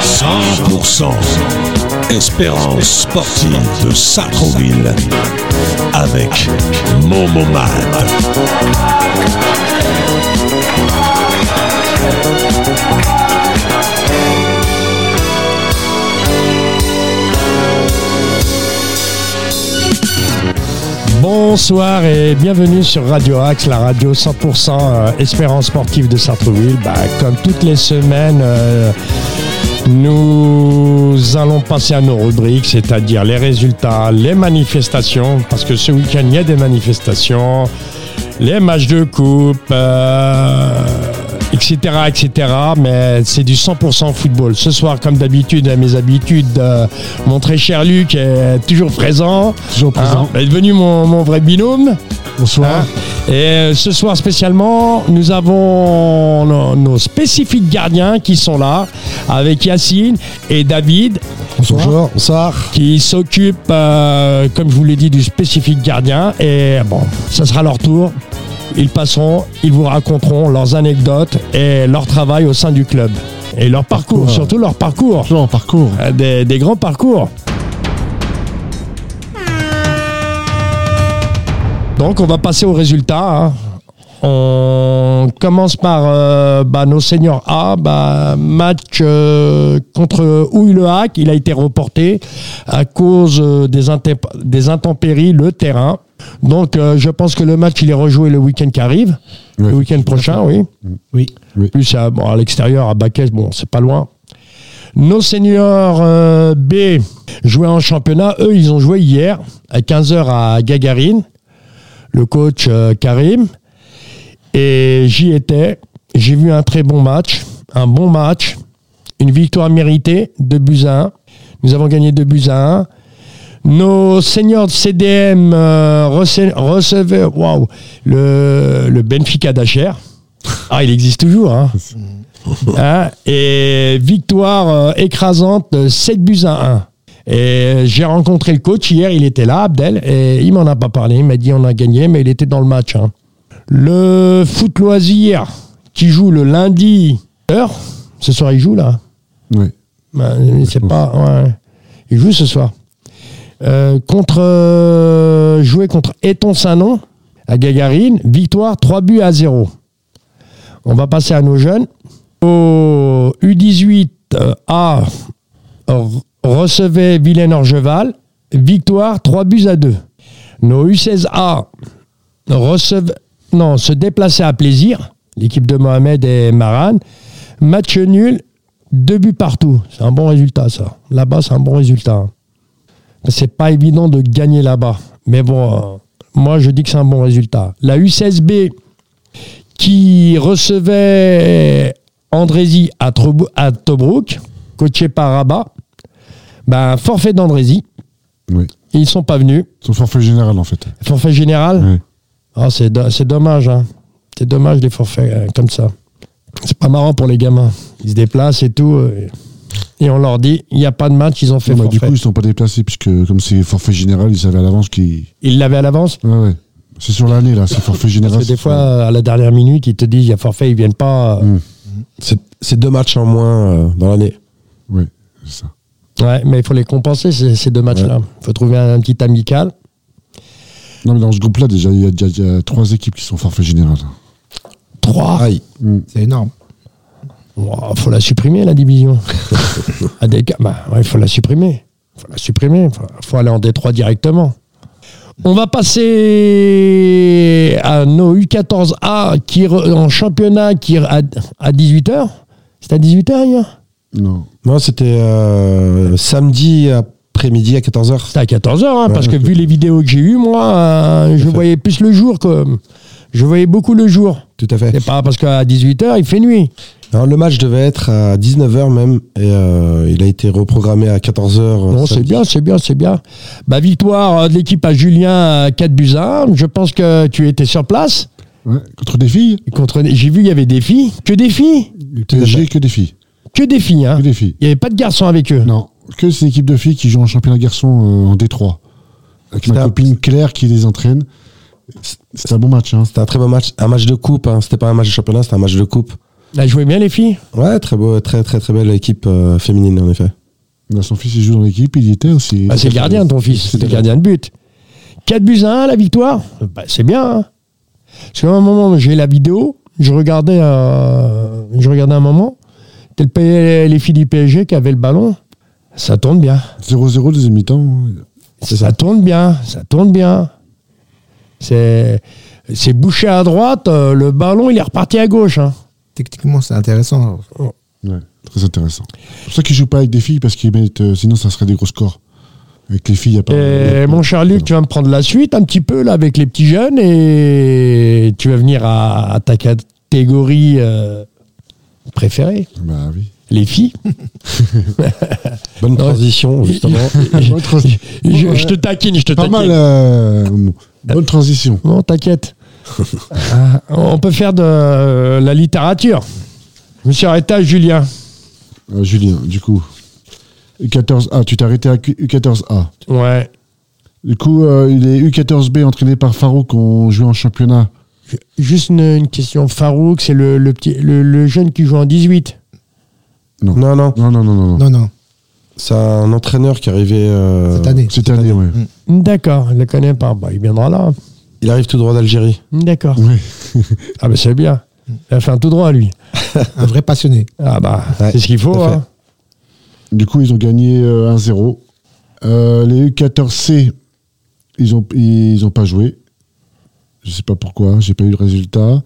100% Espérance sportive de Sacroville avec Momomad. Bonsoir et bienvenue sur Radio Axe, la radio 100% euh, Espérance sportive de Sartreville. Bah, comme toutes les semaines, euh, nous allons passer à nos rubriques, c'est-à-dire les résultats, les manifestations, parce que ce week-end il y a des manifestations, les matchs de coupe, euh, etc., etc. Mais c'est du 100% football. Ce soir, comme d'habitude, à mes habitudes, euh, mon très cher Luc est toujours présent. Toujours présent. Hein, est devenu mon, mon vrai binôme. Bonsoir. Hein et euh, ce soir spécialement, nous avons nos, nos spécifiques gardiens qui sont là avec Yacine et David Bonsoir. Bonjour. Bonsoir. qui s'occupent, euh, comme je vous l'ai dit, du spécifique gardien. Et bon, ça sera leur tour. Ils passeront, ils vous raconteront leurs anecdotes et leur travail au sein du club. Et leur parcours, Parcours, euh. surtout leur parcours. Bonjour, parcours. Euh, Des, des grands parcours. Donc on va passer aux résultats. hein. On commence par euh, bah, nos seniors A. Bah, match euh, contre houille le hac il a été reporté à cause euh, des, intép- des intempéries, le terrain. Donc euh, je pense que le match il est rejoué le week-end qui arrive, Ouais. le week-end prochain, oui. Oui. Oui. Plus à, bon, à l'extérieur, à Baquet, bon, c'est pas loin. Nos seniors euh, B jouaient en championnat. Eux, ils ont joué hier à 15h à Gagarine. Le coach euh, Karim. Et j'y étais. J'ai vu un très bon match. Un bon match. Une victoire méritée. 2 buts à 1. Nous avons gagné 2 buts à 1. Nos seniors de CDM euh, rece- recevaient waouh, le, le Benfica d'Acher. Ah, il existe toujours. Hein. Hein, et victoire euh, écrasante de 7 buts à 1. Et euh, j'ai rencontré le coach hier, il était là, Abdel, et il m'en a pas parlé. Il m'a dit on a gagné, mais il était dans le match. hein. Le foot loisir qui joue le lundi, heure, ce soir il joue là. Oui. Ben, c'est pas. ouais. Il joue ce soir. Euh, contre euh, jouer contre Eton Saint-Nom à Gagarine, victoire 3 buts à 0. On va passer à nos jeunes. Au U18 euh, A re- recevait Vilaine-Orgeval, victoire 3 buts à 2. Nos U16 A recevait non, se déplaçaient à plaisir, l'équipe de Mohamed et Maran, match nul, deux buts partout. C'est un bon résultat, ça. Là-bas, c'est un bon résultat. hein. C'est pas évident de gagner là-bas. Mais bon, euh, moi, je dis que c'est un bon résultat. La U16B, qui recevait Andrézy à, Trobo- à Tobruk, coaché par Rabat, ben, forfait d'Andrézy. Oui. Ils sont pas venus. Son forfait général, en fait. Forfait général. Oui. Ah, c'est, do- c'est dommage, hein. C'est dommage les forfaits euh, comme ça. C'est pas marrant pour les gamins. Ils se déplacent et tout. euh, et on leur dit, il n'y a pas de match, ils ont fait Non, bah, forfait. du coup, ils ne sont pas déplacés, puisque comme c'est forfait général, ils savaient à l'avance qu'ils. ils l'avaient à l'avance. Ouais, ouais. C'est sur l'année, là, c'est forfait général. Parce que des c'est- fois, euh, à la dernière minute, ils te disent, il y a forfait, ils viennent pas. euh. Mm. C'est c'est deux matchs en moins euh, dans l'année. Ouais, c'est ça. Ouais, mais il faut les compenser, ces, ces deux matchs-là. Il faut trouver un, un petit amical. Non, mais dans ce groupe-là, déjà, il y, a- il y a- il y a trois équipes qui sont forfait général. Trois. Aïe. C'est énorme. Ouah, faut la supprimer, la division. À des cas- bah, ouais, faut la supprimer. faut la supprimer. faut, faut aller en D3 directement. On va passer à nos U14A qui re- en championnat qui re- à, 18h. C'était à 18h hier Non. Non, c'était euh, samedi après-midi à 14h. C'était à 14h, hein, Ouais, parce que ok. vu les vidéos que j'ai eues, moi, euh, je fait. voyais plus le jour. Que, je voyais beaucoup le jour. Tout à fait. C'est pas parce qu'à 18h, il fait nuit. Alors, le match devait être à 19h même et euh, il a été reprogrammé à 14h. Non, c'est bien, c'est bien, c'est bien. euh, Bah, victoire euh, de l'équipe à Julien 4 buts à 1. Je pense que tu étais sur place. Ouais, Contre des filles Et contre- J'ai vu, il y avait des filles. Que des filles PSG, que des filles. Que des filles, hein. Que des filles. Il n'y avait pas de garçons avec eux. Non, que ces équipes de filles qui jouent en championnat garçon euh, en Détroit. Avec C'était ma un- copine Claire qui les entraîne. C'était un bon match. Hein. C'était un très beau match, un match de coupe. hein. C'était pas un match de championnat, c'était un match de coupe. Elles jouaient bien, les filles Ouais, très beau, très très très belle équipe euh, féminine en effet. Bah, son fils, il joue dans l'équipe, il y était aussi. Bah, C'est le gardien, ton fils. C'est le gardien de but. 4 buts à 1, la victoire. Bah, c'est bien. Hein. Parce qu'à un moment, j'ai la vidéo. Je regardais, euh, je regardais un moment. C'était le P- les filles du PSG qui avaient le ballon. Ça tourne bien. 0-0 deuxième mi-temps. Ça, tourne bien, ça tourne bien. C'est c'est bouché à droite, euh, le ballon il est reparti à gauche. hein. Techniquement, c'est intéressant. Ouais, très intéressant. C'est pour ça qu'il joue pas avec des filles, parce qu'ils mettent. euh, sinon, ça serait des gros scores. Avec les filles, il n'y a pas. y a Et pas- Euh, mon cher Luc, tu vas me prendre la suite un petit peu là avec les petits jeunes et tu vas venir à, à ta catégorie euh, préférée, Bah oui. les filles. Bonne transition justement. je, Bonne trans- je- je te taquine, je te Pas taquine. mal. euh, bonne transition. Non, t'inquiète. Ah, on peut faire de euh, la littérature. Je me suis arrêté à Julien. Euh, Julien, du coup. U14A, tu t'es arrêté à Q- U14A. Ouais. Du coup, euh, les U14B entraînés par Farouk ont joué en championnat. Juste une, une question. Farouk, c'est le, le petit, le, le jeune qui joue en 18. non non, Non, non, non, non. non. Non, non, c'est un entraîneur qui est arrivé. euh, cette année. Cette année, ouais. D'accord, je ne le connais pas. Bah, il viendra là. Il arrive tout droit d'Algérie. D'accord. Ouais. Ah, bah, c'est bien. Il a fait un tout droit, lui. Un vrai passionné. Ah, bah, Ouais, c'est ce qu'il faut. tout à fait. hein. Du coup, ils ont gagné euh, 1-0. Euh, les U14C, ils n'ont ils ont pas joué. Je sais pas pourquoi, j'ai pas eu le résultat.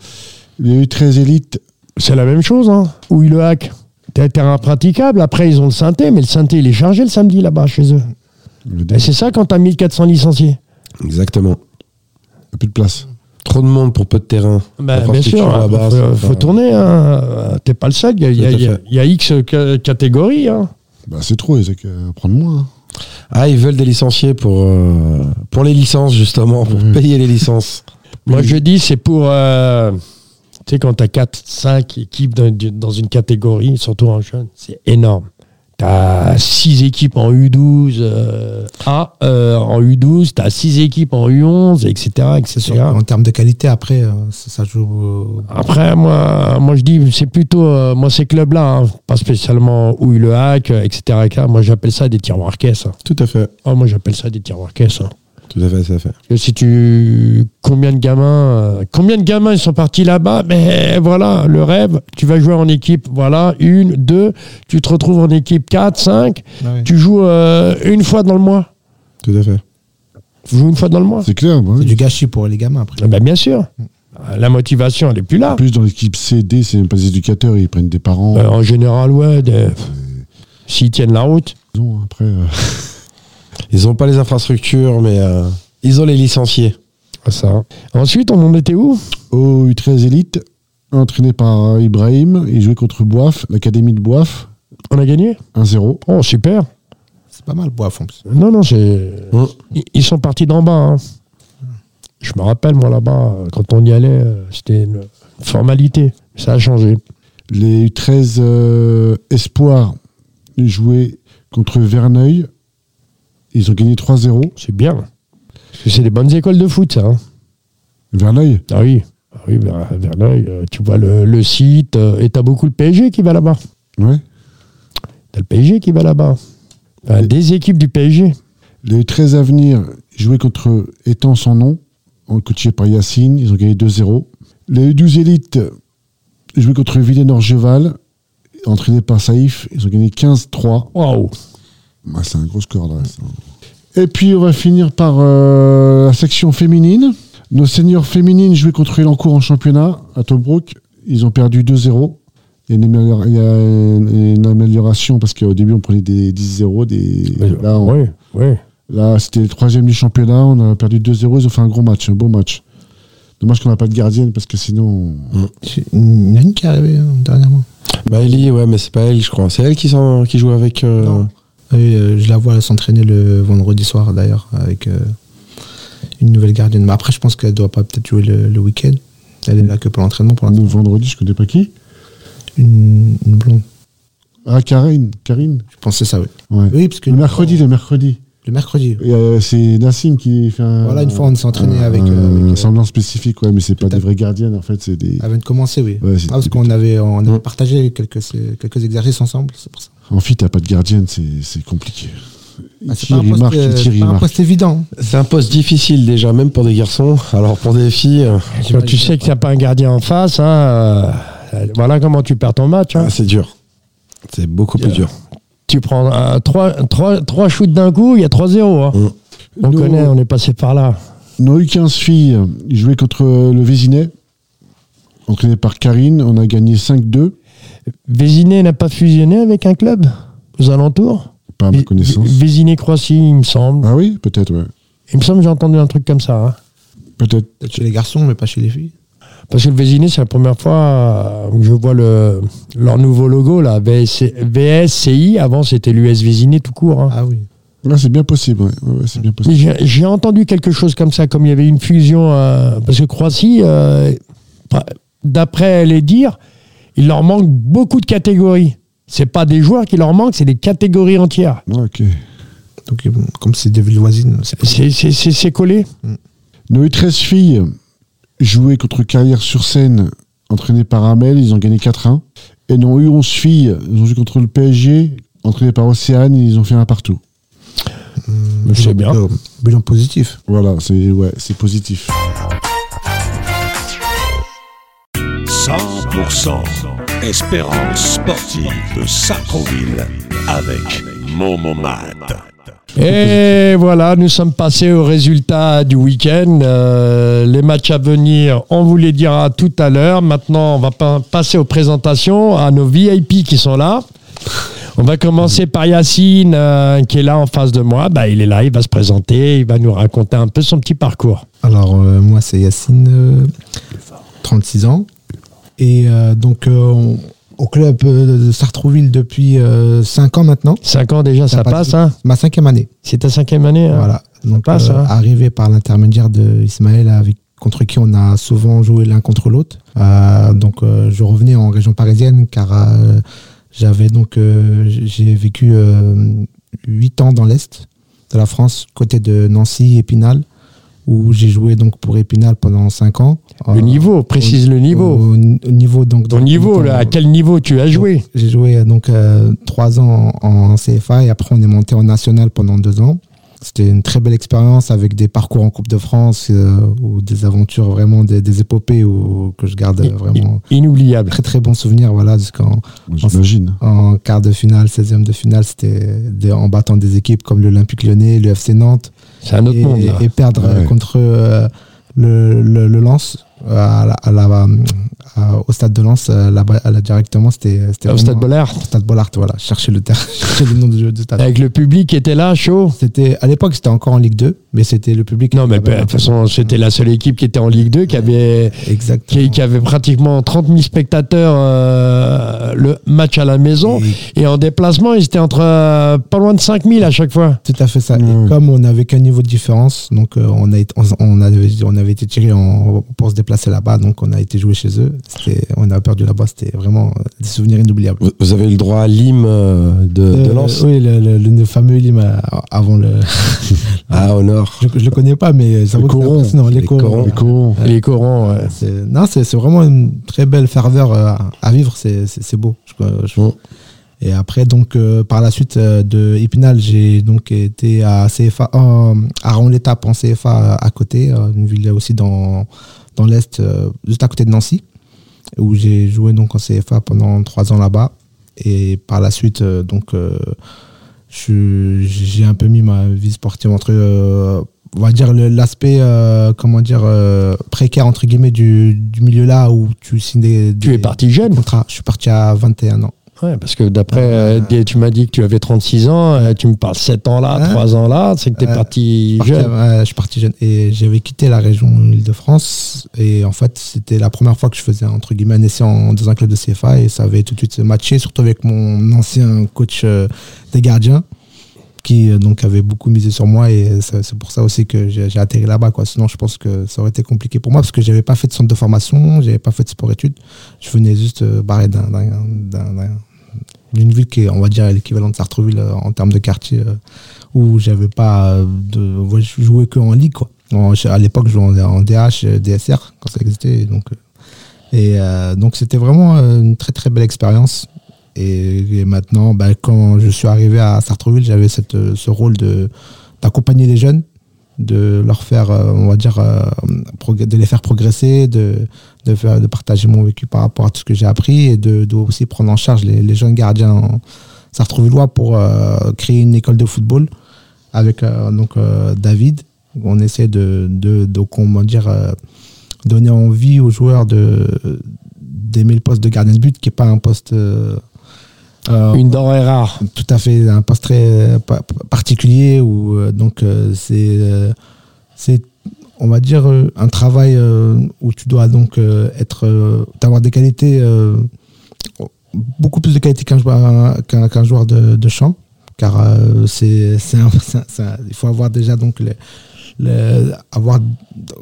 Les U13 élites, C'est la même chose, hein. Où ils le hack. T'as un terrain praticable. Après, ils ont le synthé, mais le synthé, il est chargé le samedi là-bas chez eux. le Et Ah, dernier, c'est ça quand t'as 1400 licenciés. Exactement. a plus de place. Trop de monde pour peu de terrain. Bah, La bien partie sûr, qui joue hein, là-bas, faut, c'est faut pas- tourner. Hein. T'es pas le seul. Il y a- il y, a- Tout à il y a- fait. il y a X euh, ca- catégories. Hein. Bah, c'est trop, ils ont qu'à prendre moins. hein. Ah, ils veulent des licenciés pour euh, pour les licences justement, pour Mhm. payer les licences. Moi, je dis, c'est pour. euh, tu sais, quand t'as 4, 5 équipes dans, dans une catégorie, surtout en jeune, c'est énorme. T'as 6 équipes en U12, euh, A, euh, en U12, t'as 6 équipes en U11, etc. Sur- etc. en termes de qualité, après, euh, ça, ça joue. euh, Après, moi, moi je dis, c'est plutôt, euh, moi, ces clubs-là, hein, pas spécialement où ils le hack, euh, etc., etc. Moi, j'appelle ça des tiroirs caisses. hein. Tout à fait. Ah, moi, j'appelle ça des tiroirs caisses. hein. Tout à fait, tout à fait. Que si tu combien de gamins euh, combien de gamins ils sont partis là-bas mais voilà le rêve tu vas jouer en équipe voilà une deux tu te retrouves en équipe 4 5 Ah tu joues euh, une fois dans le mois Tout à fait. tu joues une fois dans le mois C'est clair, bah, C'est oui. du gâchis pour les gamins après. Ah bah, bien sûr la motivation elle est plus là En plus, dans l'équipe CD, c'est même pas des éducateurs, ils prennent des parents. Euh, en général ouais de- s'ils tiennent la route Ils ont, hein, après, euh, Ils ont pas les infrastructures, mais euh, ils ont les licenciés. ça ensuite on en était où au U13 élite, entraîné par euh, Ibrahim, ils jouaient contre Boif, l'académie de Boif, on a gagné 1-0. oh super C'est pas mal, bois à fond. non non c'est Mhm. Ils- Ils sont partis d'en bas. hein. Je me rappelle, moi, là-bas, euh, quand on y allait, euh, c'était une formalité. Ça a changé. Les U13 euh, Espoirs jouaient contre Verneuil. Ils ont gagné 3-0. C'est bien. Parce que c'est des bonnes écoles de foot, ça. hein. Verneuil Ah oui. Ah oui, Ver- Verneuil, euh, tu vois le, le site. euh, et t'as beaucoup le PSG qui va là-bas. Ouais. T'as le PSG qui va là-bas. Enfin, des équipes du PSG. Les U13 Avenir jouaient contre Étang sans nom, en coaché par Yacine. Ils ont gagné 2-0. Les U12 Élite jouaient contre Villeneuve-Orgeval, entraîné par Saïf. Ils ont gagné 15-3. Waouh. Bah, c'est un gros score là. ça. Et puis on va finir par euh, la section féminine. Nos seniors féminines jouaient contre Elancourt en championnat à Tobruk. Ils ont perdu 2-0. Il y a une amélior- il y a une- une amélioration parce qu'au début on prenait des 10-0. Des... Là, on- Oui, oui. là, c'était le troisième du championnat. On a perdu 2-0. Ils ont fait un gros match, un beau match. Dommage qu'on n'a pas de gardienne parce que sinon. Il y en a une qui est arrivée hein, dernièrement. Bailey, Bah, ouais, mais c'est pas elle, je crois. C'est elle qui, s'en- qui joue avec. euh, Non. Oui, euh, je la vois s'entraîner le vendredi soir d'ailleurs avec euh, une nouvelle gardienne. Mais après, je pense qu'elle doit pas peut-être jouer le, le week-end. Elle est là que pour l'entraînement pour l'instant. Le vendredi, je connais pas qui. Une, une blonde. Ah, Karine. Karine. Je pensais ça, oui. Ouais. Oui, parce que Le mercredi, le mercredi. Le mercredi. Et, euh, c'est Nassim qui fait un. Voilà, une fois, on s'est entraîné un- avec, euh, un avec, euh, semblant spécifique, ouais, mais c'est pas à des fait. vraies gardiennes, en fait, c'est des. Avant de commencer, oui. Ouais, Ah, c'est- parce qu'on avait, on Hein? avait partagé quelques, quelques exercices ensemble, c'est pour ça. En fit, t'as pas de gardienne, c'est c'est compliqué. Ah, Il c'est pas, tire, un il poste, marque, euh, il c'est tire, il pas un marque. poste évident. C'est un poste difficile déjà, même pour des garçons. Alors pour des filles, euh, Quand tu sais qu'il n'y a pas un gardien en face, hein, euh, euh, voilà comment tu perds ton match. hein. ah, c'est dur. C'est beaucoup plus dur. Tu prends euh, trois, trois, trois shoots d'un coup, il y a 3-0. hein. Mm. On Nous, connaît, on est passé par là. Nos U15 filles euh, ils jouaient contre euh, le Vésinet, entraîné par Karine. On a gagné 5-2, Vésiné n'a pas fusionné avec un club aux alentours pas à ma Vé- connaissance. Vé- Vésiné-Croissy, il me semble. Ah oui, peut-être, ouais. Il me semble que j'ai entendu un truc comme ça. hein. Peut-être. Peut-être chez les garçons, mais pas chez les filles. Parce que le Vésiné, c'est la première fois euh, que je vois le, leur nouveau logo, là. VSC VSCI, avant c'était l'US Vésiné tout court. hein. Ah oui. Là, c'est bien possible, ouais. Ouais, ouais, c'est bien Mais possible. J'ai j'ai entendu quelque chose comme ça, comme il y avait une fusion, euh, parce que Croatie, euh, pra- d'après les dires, il leur manque beaucoup de catégories. C'est pas des joueurs qui leur manquent, c'est des catégories entières. Ouais, Ah, ok. Donc, euh, comme c'est des villes voisines, c'est C'est- C'est c'est- c'est collé. Nos U13 filles jouaient contre Carrière sur Seine, entraîné par Amel, ils ont gagné 4-1. Et nos U11 filles, ils ont joué contre le PSG, entraîné par Océane, ils ont fait un partout. C'est bien. plutôt bilan positif. Voilà, c'est ouais, c'est positif. 100% Espérance sportive de Sacroville avec Momomat. Et voilà, nous sommes passés aux résultats du week-end. Euh, les matchs à venir, on vous les dira tout à l'heure. Maintenant, on va pa- passer aux présentations, à nos VIP qui sont là. On va commencer par Yacine, euh, qui est là en face de moi. Bah, il est là, il va se présenter, il va nous raconter un peu son petit parcours. Alors, euh, moi, c'est Yacine, euh, 36 ans. Et euh, donc, euh, on- au club euh, de Sartrouville depuis 5 ans maintenant. Cinq ans déjà, ça pas passe. de- Hein Ma cinquième année. C'est ta cinquième année. hein Voilà. Donc, passe, euh, hein. arrivé par l'intermédiaire de Ismaël, avec, contre qui on a souvent joué l'un contre l'autre. Euh, donc, euh, je revenais en région parisienne car euh, j'avais donc euh, j- j'ai vécu 8 ans dans l'est de la France, côté de Nancy, Épinal, où j'ai joué donc pour Épinal pendant 5 ans. Le Euh, niveau, précise le niveau. Au, au niveau donc Ton dans- niveau, dans- là, à quel niveau tu as joué j'ai joué euh, donc euh, trois ans en CFA et après on est monté en national pendant deux ans. C'était une très belle expérience avec des parcours en Coupe de France euh, ou des aventures vraiment des, des épopées où- que je garde euh, vraiment Inoubliable. très très bons souvenirs. Voilà, jusqu'en J'imagine. en quart de finale, 16e de finale, c'était des- en battant des équipes comme l'Olympique Lyonnais, le FC Nantes C'est un autre et, monde. là. et perdre euh, Ouais. contre euh, le, le, le Lens euh, à la- à la- à- au stade de Lens euh, là-bas là, directement c'était c'était Au vraiment- Stade Bollard. au stade Bollard voilà chercher le terrain chercher le nom du, du stade Avec le public qui était là, chaud. c'était à l'époque c'était encore en Ligue 2 mais c'était le public Non, mais Ah ben, de toute façon, c'était la seule équipe qui était en Ligue 2, qui avait, exactement qui, qui avait pratiquement 30 000 spectateurs euh, le match à la maison. Et en déplacement, ils étaient entre euh, pas loin de 5 000 à chaque fois. Tout à fait ça. Ouais. Et comme on n'avait qu'un niveau de différence, donc euh, on, a été, on, on avait, on avait été tiré en- pour se déplacer là-bas, donc on a été joué chez eux. C'était- On a perdu là-bas, c'était vraiment euh, des souvenirs inoubliables. Vous, vous avez eu le droit à l'hymne euh, de, de Euh, Lens Oui, le, le- le fameux Lim euh, avant le. à Ah, Honor. Je, je le connais pas, mais ça Les vaut que c'est corons. impressionnant. Les Les corons. corons. Les corons. Les corons, ouais. C'est- Non, c'est c'est vraiment une très belle ferveur euh, à vivre. C'est- C'est c'est beau. Je- euh, je- Et après, donc, euh, par la suite euh, de Épinal, j'ai donc été à CFA, euh, à Ron-l'Étape en CFA euh, à côté, euh, une ville aussi dans, dans l'Est, euh, juste à côté de Nancy, où j'ai joué donc en CFA pendant trois ans là-bas. Et par la suite, euh, donc, euh, je suis- j'ai un peu mis ma vie sportive entre, euh, on va dire, le- l'aspect, euh, comment dire, euh, précaire, entre guillemets, du, du milieu là où tu signes des, Tu des- es parti jeune. des contrats. Je suis parti à 21 ans. Ouais, parce que d'après, euh, des- tu m'as dit que tu avais 36 ans, euh, tu me parles 7 ans là, Hein 3 ans là, c'est que tu es Euh, parti Parti- jeune. ouais, je suis parti jeune et j'avais quitté la région Île-de-France et en fait c'était la première fois que je faisais entre guillemets un essai en- dans un club de CFA et ça avait tout de suite matché surtout avec mon ancien coach euh, des gardiens qui euh, donc avait beaucoup misé sur moi et ça- c'est pour ça aussi que j'ai j'ai atterri là-bas. quoi. Sinon, je pense que ça aurait été compliqué pour moi parce que j'avais pas fait de centre de formation, j'avais pas fait de sport-études. Je venais juste euh, barré d'un- d'un- d'un- d'un- d'une ville qui est, on va dire, l'équivalent de Sartreville euh, en termes de quartier euh, où j'avais pas euh, de. ouais, je jouais que en ligue, quoi. En- à l'époque, je jouais en, en DH, euh, DSR quand ça existait. Donc, euh, et euh, donc c'était vraiment euh, une très très belle expérience. Et, et maintenant, bah, quand je suis arrivé à Sartreville, j'avais cette, euh, ce rôle de d'accompagner les jeunes, de leur faire, euh, on va dire, euh, progr- de les faire progresser, de de, faire, de partager mon vécu par rapport à tout ce que j'ai appris et de, de aussi prendre en charge les, les jeunes gardiens en Sartrouvillois pour euh, créer une école de football avec euh, donc euh, David. On essaie de, de, de comment dire euh, donner envie aux joueurs de d'aimer le poste de gardien de but qui est pas un poste euh, euh, Une denrée rare. tout à fait un poste très euh, pa- particulier où euh, donc euh, c'est euh, c'est on va dire euh, un travail euh, où tu dois donc euh, être euh, avoir des qualités euh, beaucoup plus de qualités qu'un joueur qu'un qu'un joueur de, de champ car euh, c'est c'est un- c'est un- c'est un- il faut avoir déjà donc les- le- avoir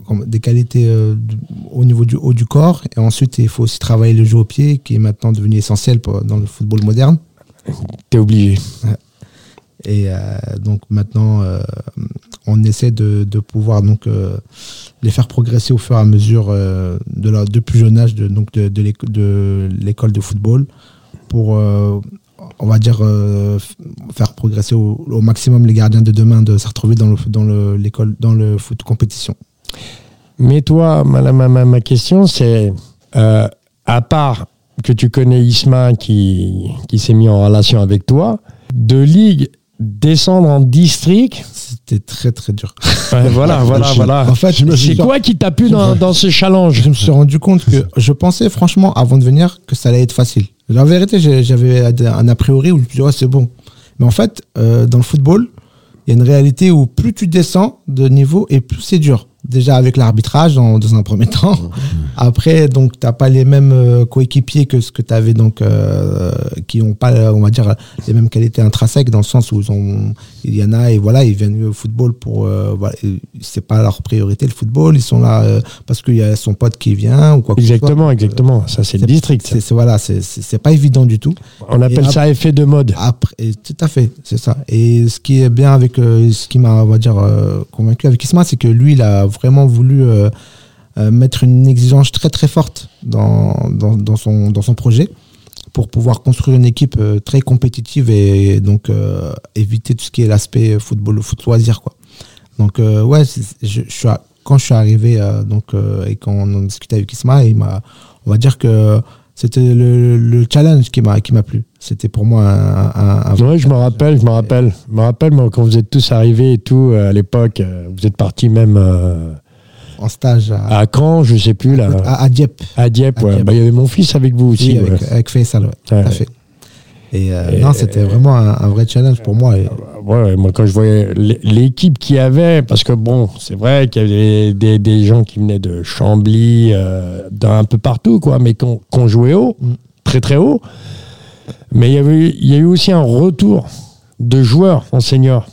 comme des qualités euh, du- au niveau du haut du corps et ensuite il faut aussi travailler le jeu au pied qui est maintenant devenu essentiel pour- dans le football moderne T'es obligé. et euh, donc maintenant, euh, on essaie de, de pouvoir donc euh, les faire progresser au fur et à mesure euh, de leur de plus jeune âge de donc de, de l'éco- de l'école de, football pour euh, on va dire euh, f- faire progresser au, au maximum les gardiens de demain de se retrouver dans le f- dans le l'école dans le foot compétition. Mais toi, ma, la- ma, ma- ma question, c'est euh, à part que tu connais Isma qui, qui s'est mis en relation avec toi, de ligue descendre en district, C'était très très dur. euh, voilà, voilà, voilà. En fait, C'est quoi qui t'a plu dans, dans ce challenge je me suis rendu compte que je pensais franchement avant de venir que ça allait être facile. La vérité, j'ai- j'avais un a priori où je me disais, Ouais, c'est bon. Mais en fait, euh, dans le football, il y a une réalité où plus tu descends de niveau et plus c'est dur. Déjà avec l'arbitrage dans, dans un premier temps. Après, donc, t'as pas les mêmes euh, coéquipiers que ce que tu avais, donc, euh, qui ont pas, euh, on va dire, les mêmes qualités intrinsèques dans le sens où ils ont, il y en a, et voilà, ils viennent au football pour, euh, voilà, et c'est pas leur priorité le football, ils sont là euh, parce qu'il y a son pote qui vient ou quoi que ce soit. Exactement, exactement. Ça, c'est le c'est- district. ça. C'est, c'est- voilà, c'est, c'est, c'est pas évident du tout. On appelle Et ça effet de mode. Après, et tout à fait, c'est ça. Et ce qui est bien avec, euh, ce qui m'a, on va dire, euh, convaincu avec Isma, c'est que lui, il a vraiment voulu euh, euh, mettre une exigence très très forte dans, dans, dans son, dans son projet pour pouvoir construire une équipe euh, très compétitive et, donc euh, éviter tout ce qui est l'aspect football, le foot loisir, quoi. Donc, euh, ouais, c'est- c'est- je, je suis à- quand je suis arrivé euh, donc, euh, et quand on en discutait avec Isma, il m'a, on va dire que c'était le, le challenge qui m'a, qui m'a plu. C'était pour moi un. un- un- Ouais, je me rappelle, je me rappelle. Je me rappelle, moi, quand vous êtes tous arrivés et tout, euh, à l'époque, euh, vous êtes partis même euh, en stage à, à Caen, je sais plus, là. à- à Dieppe. À Dieppe, Ah, à ouais. Bah, Il Dieppe. y avait mon fils avec vous aussi. Oui, ouais. avec, euh, avec Faisal, ouais, tout Ouais. à fait. Et, euh, Et- non, c'était vraiment un, un vrai challenge pour moi. Et, Bah, Ouais, ouais, moi quand je voyais l'é- l'équipe qu'il y avait, parce que bon, c'est vrai qu'il y avait des, des gens qui venaient de Chambly, euh, d'un peu partout, quoi, mais qu'on qu'on jouait haut, Mm. très très haut. Mais il y, avait, eu- il y a eu aussi un retour de joueurs en senior,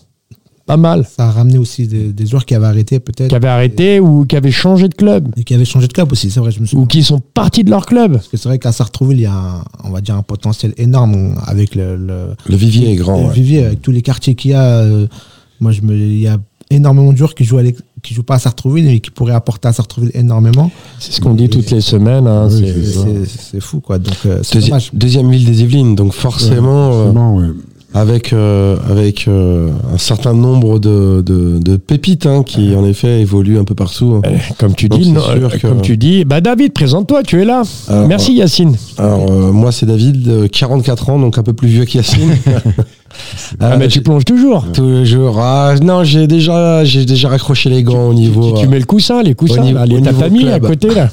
pas mal, ça a ramené aussi des, des joueurs qui avaient arrêté peut-être qui avaient arrêté ou qui avaient changé de club, et qui avaient changé de club aussi. C'est vrai, je me souviens. ou qui sont partis de leur club. Parce que c'est vrai qu'à Sartrouville, il y a, un, on va dire, un potentiel énorme avec le, le- Le vivier est grand. le ouais. vivier, avec tous les quartiers qu'il y a. euh, moi, je me, il y a énormément de joueurs qui jouent, à l'ex- qui jouent pas à Sartrouville et qui pourraient apporter à Sartrouville énormément. C'est ce qu'on dit toutes les semaines. hein, Oui, c'est- Et C'est c'est fou, quoi. Donc, euh, c'est Ah, Deuxi- dommage. deuxième ville des Yvelines, donc forcément, euh, Vraiment, ouais. avec, euh, avec euh, un certain nombre de, de, de pépites hein, qui en effet évoluent un peu partout. comme tu Donc dis, c'est non, sûr euh, que- comme tu dis, bah David, présente-toi, tu es là. Alors, Merci Yacine. euh, Alors, euh, moi, c'est David, euh, 44 ans, donc un peu plus vieux qu'Yacine. Ah, mais tu plonges toujours. Toujours. Ah, non, j'ai déjà, j'ai déjà raccroché les gants au niveau. Tu, tu mets le coussin, les coussins, euh, Au niveau- là, les- au ta niveau famille club. à côté là.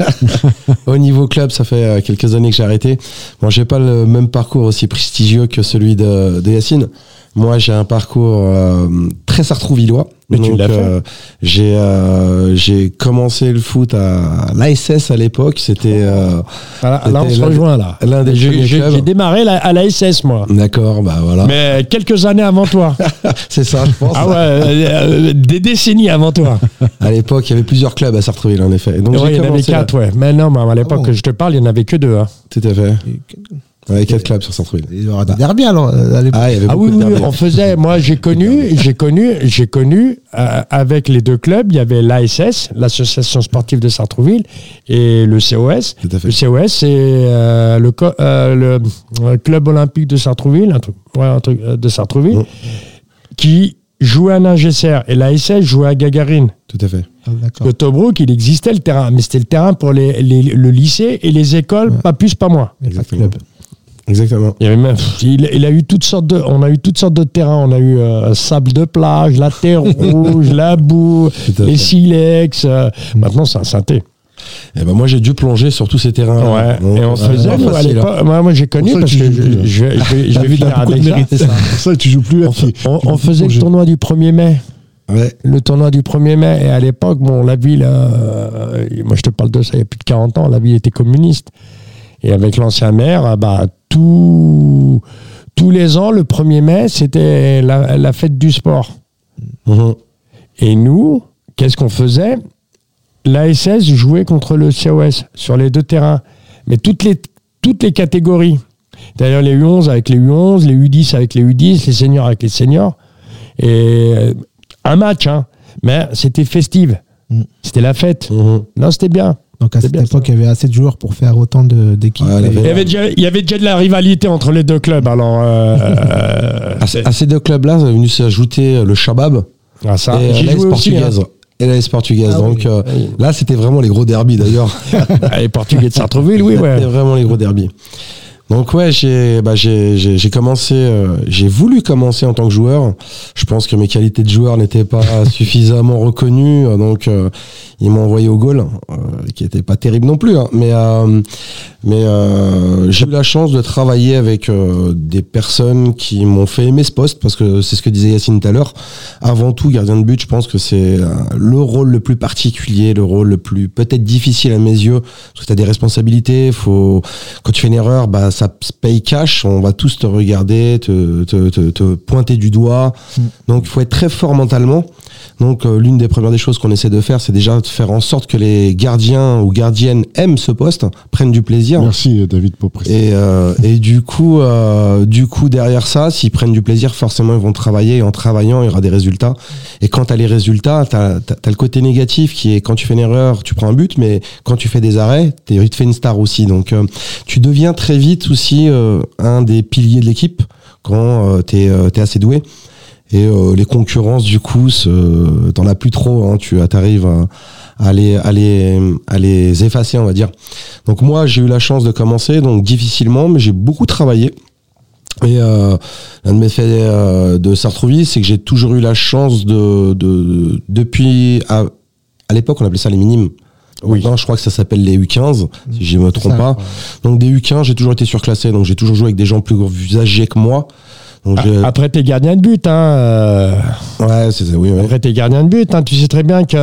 Au niveau club, ça fait euh, quelques années que j'ai arrêté. Bon, j'ai pas le même parcours aussi prestigieux que celui de, de Yacine. Moi, j'ai un parcours euh, très sartrouvillois. Mais tu Donc, l'as fait. euh, j'ai euh, j'ai commencé le foot à l'ASS à l'époque. C'était euh, Voilà, là, on C'était se l'un des- rejoint, là. l'un des J'ai premiers j'ai- clubs. j'ai démarré la- à la SS, moi. D'accord, bah voilà. Mais quelques années avant toi. C'est ça, je pense. Ah ouais, euh, euh, des décennies avant toi. À l'époque, il y avait plusieurs clubs à Sartreville, en effet. Donc, Ouais, j'ai il y en avait commencé là. Oh. quatre, ouais. Mais non, mais à l'époque, bon je te parle, il n'y en avait que deux. hein. Tout à fait. Il y avait quatre clubs sur Sartreville. Il y aura des derbies alors. euh, à l'époque. Ah, il y avait Ah beaucoup oui, oui, de derbies. on faisait. Moi, j'ai connu, j'ai connu, j'ai connu euh, avec les deux clubs. Il y avait l'ASS, l'association sportive de Sartrouville, et le COS. Tout à fait. Le COS, c'est euh, le, co- euh, le euh, club olympique de Sartrouville, un truc, ouais, un truc, euh, de Sartrouville, Mm. qui jouait à Ningesser et l'ASS jouait à Gagarine. Tout à fait. Ah, D'accord. Le Tobruk, il existait le terrain, mais c'était le terrain pour les, les- le lycée et les écoles, Mm. pas plus, pas moins. Il y a pas de Exactement. club. Exactement. Il, y avait même- il- il a eu toutes sortes de, on a eu toutes sortes de terrains. On a eu euh, sable de plage, la terre rouge, la boue, Tout à les fait. Mm. silex. euh, maintenant, c'est un synthé. Eh ben, moi, j'ai dû plonger sur tous ces terrains. Ouais. Et on se faisait, nous, à l'époque, moi, moi, j'ai connu Pour ça parce que que tu joues je, plus, je, je- je vais vu, t'as finir beaucoup de avec ça. mérite. C'est ça. C'est ça, tu joues plus à On, pied. on- on faisait le Je- tournoi du 1er mai. Ouais. Le tournoi du 1er mai, et à l'époque, bon, la ville, euh, moi je te parle de ça il y a plus de 40 ans, la ville était communiste. Et avec l'ancien maire, ah bah, tout- tous les ans, le 1er mai, c'était la, la fête du sport. Mhm. Et nous, qu'est-ce qu'on faisait L'ASS jouait contre le COS sur les deux terrains, mais toutes les, toutes les catégories. D'ailleurs, les U11 avec les U11, les U10 avec les U10, les seniors avec les seniors. Et euh, un match, hein. mais c'était festive. Mm. C'était la fête. Mhm. Non, c'était bien. Donc à C'est cette bien, ça. époque, il y avait assez de joueurs pour faire autant de- d'équipes. Ouais, la Et- veille. Il y, avait déjà, il y avait déjà de la rivalité entre les deux clubs. Alors, euh, euh, À, à ces deux clubs-là, est venu s'ajouter euh, le Shabab ah, ça, et euh, j'ai l'AS joué aussi, portugaise. Et l'AS portugaise. Ah oui. Donc euh, là, c'était vraiment les gros derbies d'ailleurs. hein. Les Portugais de Sartreville, oui, ouais. C'était vraiment les gros derbies. Donc ouais, j'ai bah, j'ai j'ai- j'ai commencé, euh, j'ai voulu commencer en tant que joueur. Je pense que mes qualités de joueur n'étaient pas suffisamment reconnues, euh, donc euh, ils m'ont envoyé au goal, euh, qui était pas terrible non plus. hein. mais euh, mais euh, j'ai eu la chance de travailler avec euh, des personnes qui m'ont fait aimer ce poste parce que c'est ce que disait Yacine tout à l'heure. Avant tout, gardien de but, je pense que c'est euh, le rôle le plus particulier, le rôle le plus peut-être difficile à mes yeux parce que tu as des responsabilités, faut quand tu fais une erreur, bah ça se paye cash, on va tous te regarder, te, te, te, te pointer du doigt. Donc il faut être très fort mentalement. Donc euh, l'une des premières des choses qu'on essaie de faire, c'est déjà de faire en sorte que les gardiens ou gardiennes aiment ce poste, prennent du plaisir. Merci euh, David pour préciser. Et, euh, et du coup, euh, du coup, derrière ça, s'ils prennent du plaisir, forcément, ils vont travailler. Et en travaillant, il y aura des résultats. Et quand t'as les résultats, t'as t'as- t'as le côté négatif qui est quand tu fais une erreur, tu prends un but, mais quand tu fais des arrêts, t'es vite fait une star aussi. Donc, euh, tu deviens très vite aussi euh, un des piliers de l'équipe quand euh, t'es euh, t'es assez doué. Et euh, les concurrences, du coup, se- t'en as plus trop. Hein, tu arrives à, à, les, à, les, à les effacer, on va dire. Donc moi, j'ai eu la chance de commencer, donc difficilement, mais j'ai beaucoup travaillé. Et euh, l'un de mes faits euh, de Sartrouville, c'est que j'ai toujours eu la chance de, de depuis à, à l'époque, on appelait ça les minimes. Oui. je crois que ça s'appelle les U15, si je me C'est trompe ça, pas. quoi. Donc des U15, j'ai toujours été surclassé, donc j'ai toujours joué avec des gens plus âgés que moi. Donc j'ai- Ah, Après, t'es gardien de but. Hein, euh, ah. ouais, c'est ça, oui, oui. Après, t'es gardien de but, hein, tu sais très bien que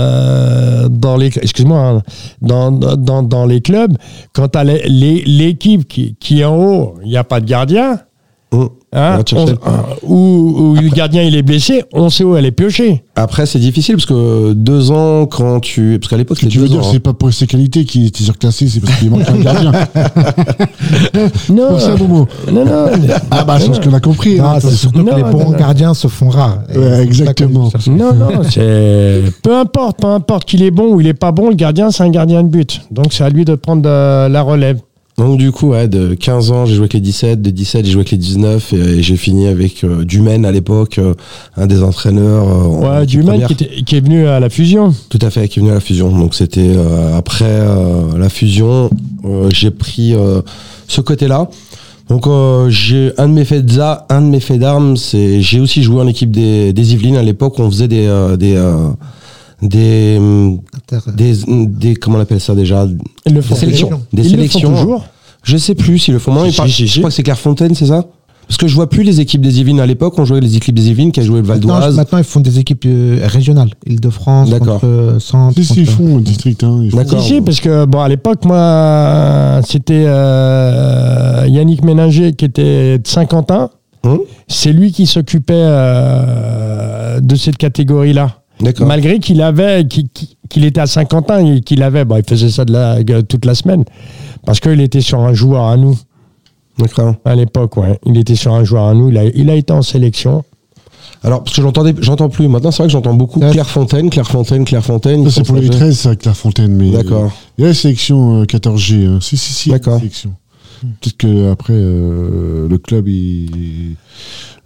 euh, dans les, excuse-moi, hein, dans, dans, dans les clubs, quand t'as les- les- l'équipe qui, qui est en haut, il n'y a pas de gardien, Hum. On hein, va chercher on- le point. ou, ou le gardien il est blessé, on sait où elle est piochée. Après, c'est difficile parce que euh, deux ans quand tu, parce qu'à l'époque c'était Tu veux deux dire que ans. c'est pas pour ses qualités qu'il était surclassé, c'est parce qu'il manque un gardien. Non, Pour ça, Momo. non, non. Ah bah, c'est ce qu'on a compris. hein. Ah, c'est surtout Non, que les non, bons non. gardiens se font rares. Et Ouais, c'est ça exactement. qu'on cherche. Non, non, c'est. Peu importe, peu importe qu'il est bon ou il est pas bon, le gardien, c'est un gardien de but. Donc, c'est à lui de prendre euh, la relève. Donc du coup, ouais, de 15 ans, j'ai joué avec les 17, de 17, j'ai joué avec les 19 et, et j'ai fini avec euh, Dumaine à l'époque, euh, un des entraîneurs. euh, en Ouais, équipe du mec première. qui, était- qui est venu à la fusion. Tout à fait, qui est venu à la fusion. Donc c'était euh, après euh, la fusion, euh, j'ai pris euh, ce côté-là. Donc euh, j'ai un de mes faits d'za- un de mes faits d'armes, c'est j'ai aussi joué en équipe des, des Yvelines à l'époque. On faisait des euh, des euh, des, hum, Inter- des des comment on appelle ça déjà Ils le Des sélections. Des Ils le font sélections. toujours. Je sais plus s'ils le font maintenant. Si, ils si, parlent- si, si. Je crois que c'est Clairefontaine, c'est ça Parce que je vois plus les équipes des Yvelines à l'époque. On jouait les équipes des Yvelines qui a joué le Val Maintenant, d'Oise. maintenant, ils font des équipes euh, régionales. Île-de-France, D'accord. contre euh, Centre. Si, si, ils contre- font au district. Hein, ils font. D'accord. Si, si, parce que bon, à l'époque, moi, c'était euh, Yannick Méninger qui était de Saint-Quentin. Hum. C'est lui qui s'occupait euh, de cette catégorie-là. D'accord. Malgré qu'il avait, qu'il- qu'il était à Saint-Quentin et qu'il avait, bon, il faisait ça de la, euh, toute la semaine. Parce qu'il était sur un joueur à nous, D'accord. à l'époque, ouais. Il était sur un joueur à nous, il a, il a été en sélection. Alors, parce que j'entendais, j'entends plus. Maintenant, c'est vrai que j'entends beaucoup Ouais. Clairefontaine, Clairefontaine, Clairefontaine. Ça, ils c'est sont pour les français. 13, c'est avec la fontaine. Mais D'accord. Il y a la sélection euh, 14G. hein. Si, si, si. il y a la D'accord. sélection. Peut-être qu'après, le club, il.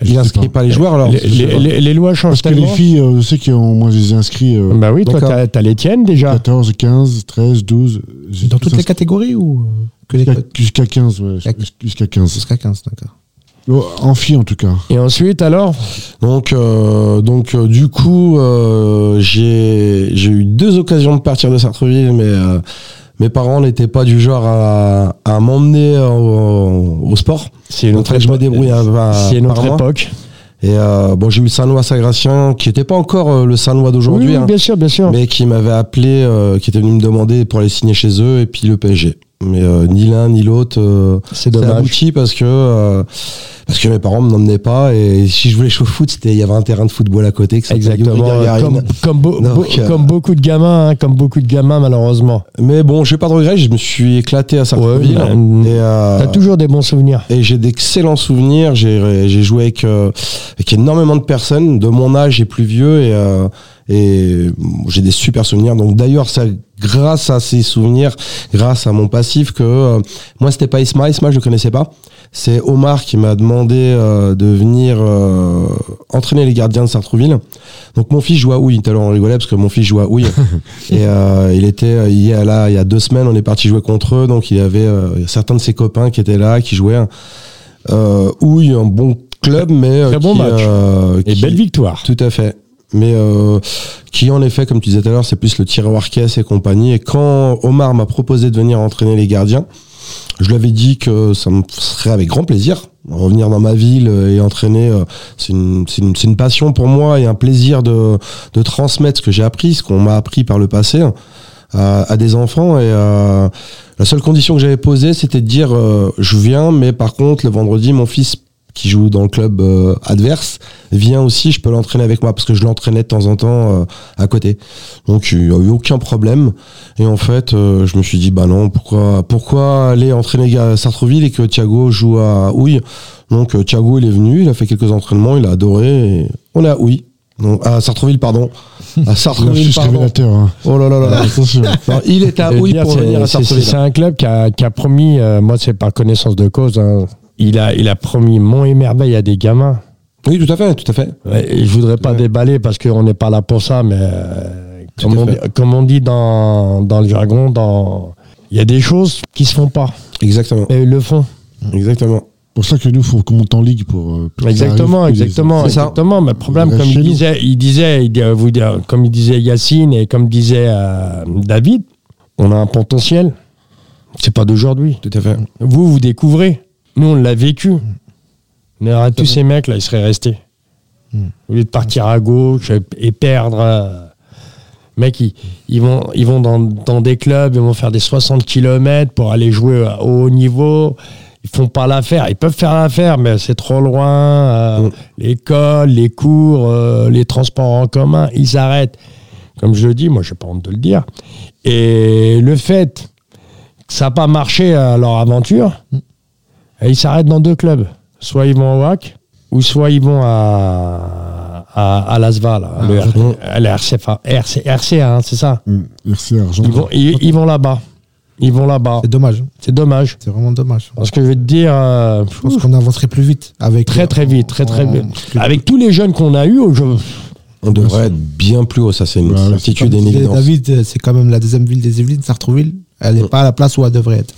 je Il sais n'inscrit pas. les joueurs, alors. les, je sais les- pas. les- les lois changent Parce que les tellement. filles, euh, je sais qu'ils ont moins des inscrits. euh, Bah oui, toi, D'accord. t'as t'as les tiennes déjà. 14, 15, 13, 12. j'ai Dans tous toutes les inscrits catégories ou euh, que les Jusqu'à jusqu'à 15, ouais. Jusqu'à- Jusqu'à 15. jusqu'à 15, d'accord. Oh, En filles, en tout cas. Et ensuite, alors Donc, euh, donc euh, du coup, euh, j'ai j'ai eu deux occasions de partir de Sartreville, mais euh, mes parents n'étaient pas du genre à, à m'emmener au, au sport. C'est Donc, fallait que je me débrouille à, à- Euh, C'est par notre moi. époque. Et euh, bon, j'ai eu Saint-Nois Sagratien, qui n'était pas encore euh, le Saint-Nois Oui, d'aujourd'hui, oui, hein, bien sûr, bien sûr. mais qui m'avait appelé, euh, qui était venu me demander pour aller signer chez eux, et puis le PSG. Mais euh, ni l'un ni l'autre. euh, c'est C'est dommage. abouti parce que euh, parce que mes parents ne m'emmenaient pas et si je voulais jouer au foot, c'était il y avait un terrain de football à côté. qui s'appelait Yuri Exactement. Gagarin. Comme, comme, beau- Donc, beau- euh, comme beaucoup de gamins, hein, comme beaucoup de gamins, malheureusement. Mais bon, j'ai pas de regrets. Je me suis éclaté à Sartreville Ouais, et, bah, euh, T'as toujours des bons souvenirs. et j'ai d'excellents souvenirs. J'ai j'ai joué avec euh, avec énormément de personnes de mon âge et plus vieux et euh, et bon, j'ai des super souvenirs. Donc d'ailleurs, ça grâce à ces souvenirs, grâce à mon passif que euh, moi c'était pas Isma, Isma je le connaissais pas. C'est Omar qui m'a demandé euh, de venir euh, entraîner les gardiens de Sartrouville. Donc mon fils joue à Houille, tout à l'heure on rigolait parce que mon fils joue à Houille. et euh, il était euh, il y a là il y a deux semaines, on est parti jouer contre eux, donc il y avait euh, certains de ses copains qui étaient là, qui jouaient. Euh, Houille, un bon club, mais euh, Très bon qui, match. euh, Et qui- belle victoire. tout à fait. Mais euh, qui en effet, comme tu disais tout à l'heure, c'est plus le tiroir caisse et compagnie. Et quand Omar m'a proposé de venir entraîner les gardiens, je lui avais dit que ça me serait avec grand plaisir revenir dans ma ville euh, et entraîner. euh, C'est une, c'est une, c'est une passion pour moi et un plaisir de, de transmettre ce que j'ai appris, ce qu'on m'a appris par le passé hein, à, à des enfants. Et euh, la seule condition que j'avais posée, c'était de dire euh, je viens, mais par contre le vendredi, mon fils qui joue dans le club euh, adverse vient aussi, je peux l'entraîner avec moi parce que je l'entraînais de temps en temps euh, à côté. Donc il n'y a eu aucun problème. Et en fait, euh, je me suis dit, bah non, pourquoi, pourquoi aller entraîner à Sartreville et que Thiago joue à Houille Donc euh, Thiago, il est venu, il a fait quelques entraînements, il a adoré. et on est à Houille. Donc, à Sartreville, pardon. À Le Sartreville, fils pardon. révélateur. hein. Oh là là là là. Attention. Alors, il est à Je veux Houille dire, Ah pour c'est- venir à c'est- Sartreville. C'est un club qui a, qui a promis, euh, moi c'est par connaissance de cause, hein, il, a, il a promis mont et merveille à des gamins. Oui, tout à fait, tout à fait. Ouais, et je voudrais pas Ouais. déballer parce qu'on n'est pas là pour ça, mais euh, Tout comme, à on, fait. dit- comme on dit dans, dans le jargon, dans- il y a des choses qui se font pas, Exactement, mais ils le font. exactement. pour ça que nous, faut qu'on monte en ligue pour. euh, pour que ça Exactement, arrive, que les- exactement, C'est ça. exactement. Mais le problème, comme Chez il nous. disait, il disait, il dit- euh, vous dire, comme il disait Yacine et comme disait euh, David, on a un potentiel. C'est pas d'aujourd'hui. Tout à fait. Vous, vous découvrez. Nous, on l'a vécu. Mais alors, tous ces mecs là, ils seraient restés. Mm. Au lieu de partir à gauche et perdre. euh, Mec, ils, ils vont, ils vont dans, dans des clubs, ils vont faire des 60 km pour aller jouer à- au haut niveau. Ils font pas l'affaire. Ils peuvent faire l'affaire, mais c'est trop loin. euh, Mm. L'école, les cours, euh, les transports en commun, ils arrêtent. Comme je le dis, moi, j'ai pas honte de le dire. Et le fait que ça n'a pas marché à leur aventure, et ils s'arrêtent dans deux clubs. Soit ils vont au WAC, ou soit ils vont à, à, à l'ASVA, là, le Ah, R- à la RCFA, RC, RCA, hein, c'est ça. Hum, RC Argent. Ils vont, ils, ils vont là-bas. Ils vont là-bas. C'est dommage. hein. C'est dommage. C'est vraiment dommage. Parce que je vais te dire, euh, Je pense qu'on avancerait plus vite avec euh, très très vite, très très en- vite. Avec tous les jeunes qu'on a eus, au jeu- On devrait être bien plus haut, ça c'est une Bah, c'est certitude et Comme une disait évidence. David, euh, c'est quand même la deuxième ville des Yvelines, Sartrouville. Elle n'est pas à la place où elle devrait être.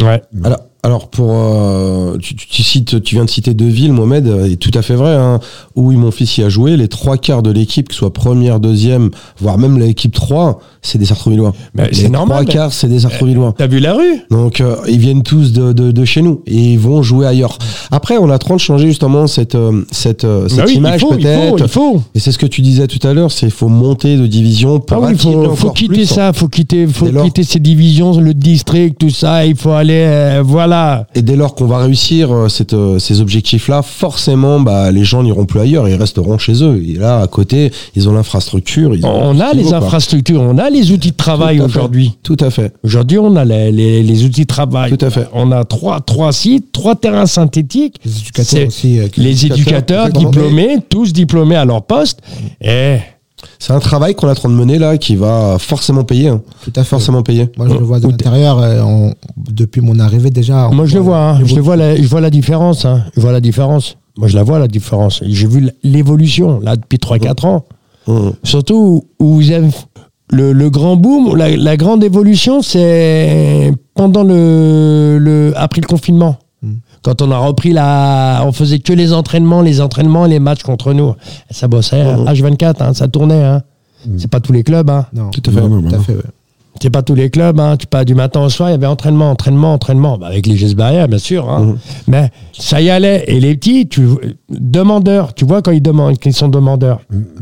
ouais. Alors, Alors pour euh, tu, tu- tu cites, tu viens de citer deux villes, Mohamed, euh, est tout à fait vrai. Hein, où oui, mon fils y a joué, les trois quarts de l'équipe, que ce soit première, deuxième, voire même l'équipe 3, c'est des Sartrouvillois. Mais Les c'est normal, mais- Eh. Trois quarts, c'est des Sartrouvillois. T'as vu la rue Donc euh, ils viennent tous de, de, de chez nous et ils vont jouer ailleurs. Après, on a train de changer justement cette euh, cette euh, cette Bah oui, il image faut, il faut, il peut-être. faut. Et c'est ce que tu disais tout à l'heure, c'est il faut monter de division pour Ah oui, attirer faut, faut encore quitter plus. ça, hein. faut quitter, faut Dès lors- quitter ces divisions, le district, tout ça. Il faut aller, euh, voilà. Et dès lors qu'on va réussir euh, cette, euh, ces objectifs-là, forcément, bah, les gens n'iront plus ailleurs, ils resteront chez eux. Et là, à côté, ils ont l'infrastructure. ils ont On tout ce a qu'il les faut, quoi. infrastructures, on a les outils de travail Tout à fait. aujourd'hui. Tout à fait. Aujourd'hui, on a les, les- les outils de travail. Tout à fait. On a trois, trois sites, trois terrains synthétiques. Les C'est- éducateurs aussi. euh, qui- Les éducateurs exactement. diplômés, tous diplômés à leur poste. Et C'est un travail qu'on est en train de mener là, qui va forcément payer. hein. Tout à fait. Forcément payer. Moi, je le vois de Ou- l'intérieur. euh, on- Depuis mon arrivée déjà. on- moi, je le vois, hein. on- je, le vois la, je vois la différence. hein. Je vois la différence. Moi, je la vois, la différence. J'ai vu l- l'évolution, là, depuis 3-4 ans. Mmh. Surtout où où vous avez le, le grand boom, la, la grande évolution, c'est pendant le, le après le confinement. Quand on a repris la, on faisait que les entraînements, les entraînements, et les matchs contre nous. Ça bossait hein, H24, hein, ça tournait. hein. C'est pas tous les clubs. Hein. Non, tout à fait. à fait. ouais. C'est pas tous les clubs. Hein. Tu pas du matin au soir, il y avait entraînement, entraînement, entraînement. Bah, avec les gestes barrières, bien sûr. hein. Mais ça y allait. Et les petits, tu demandeurs. Tu vois quand ils demandent, qu'ils sont demandeurs.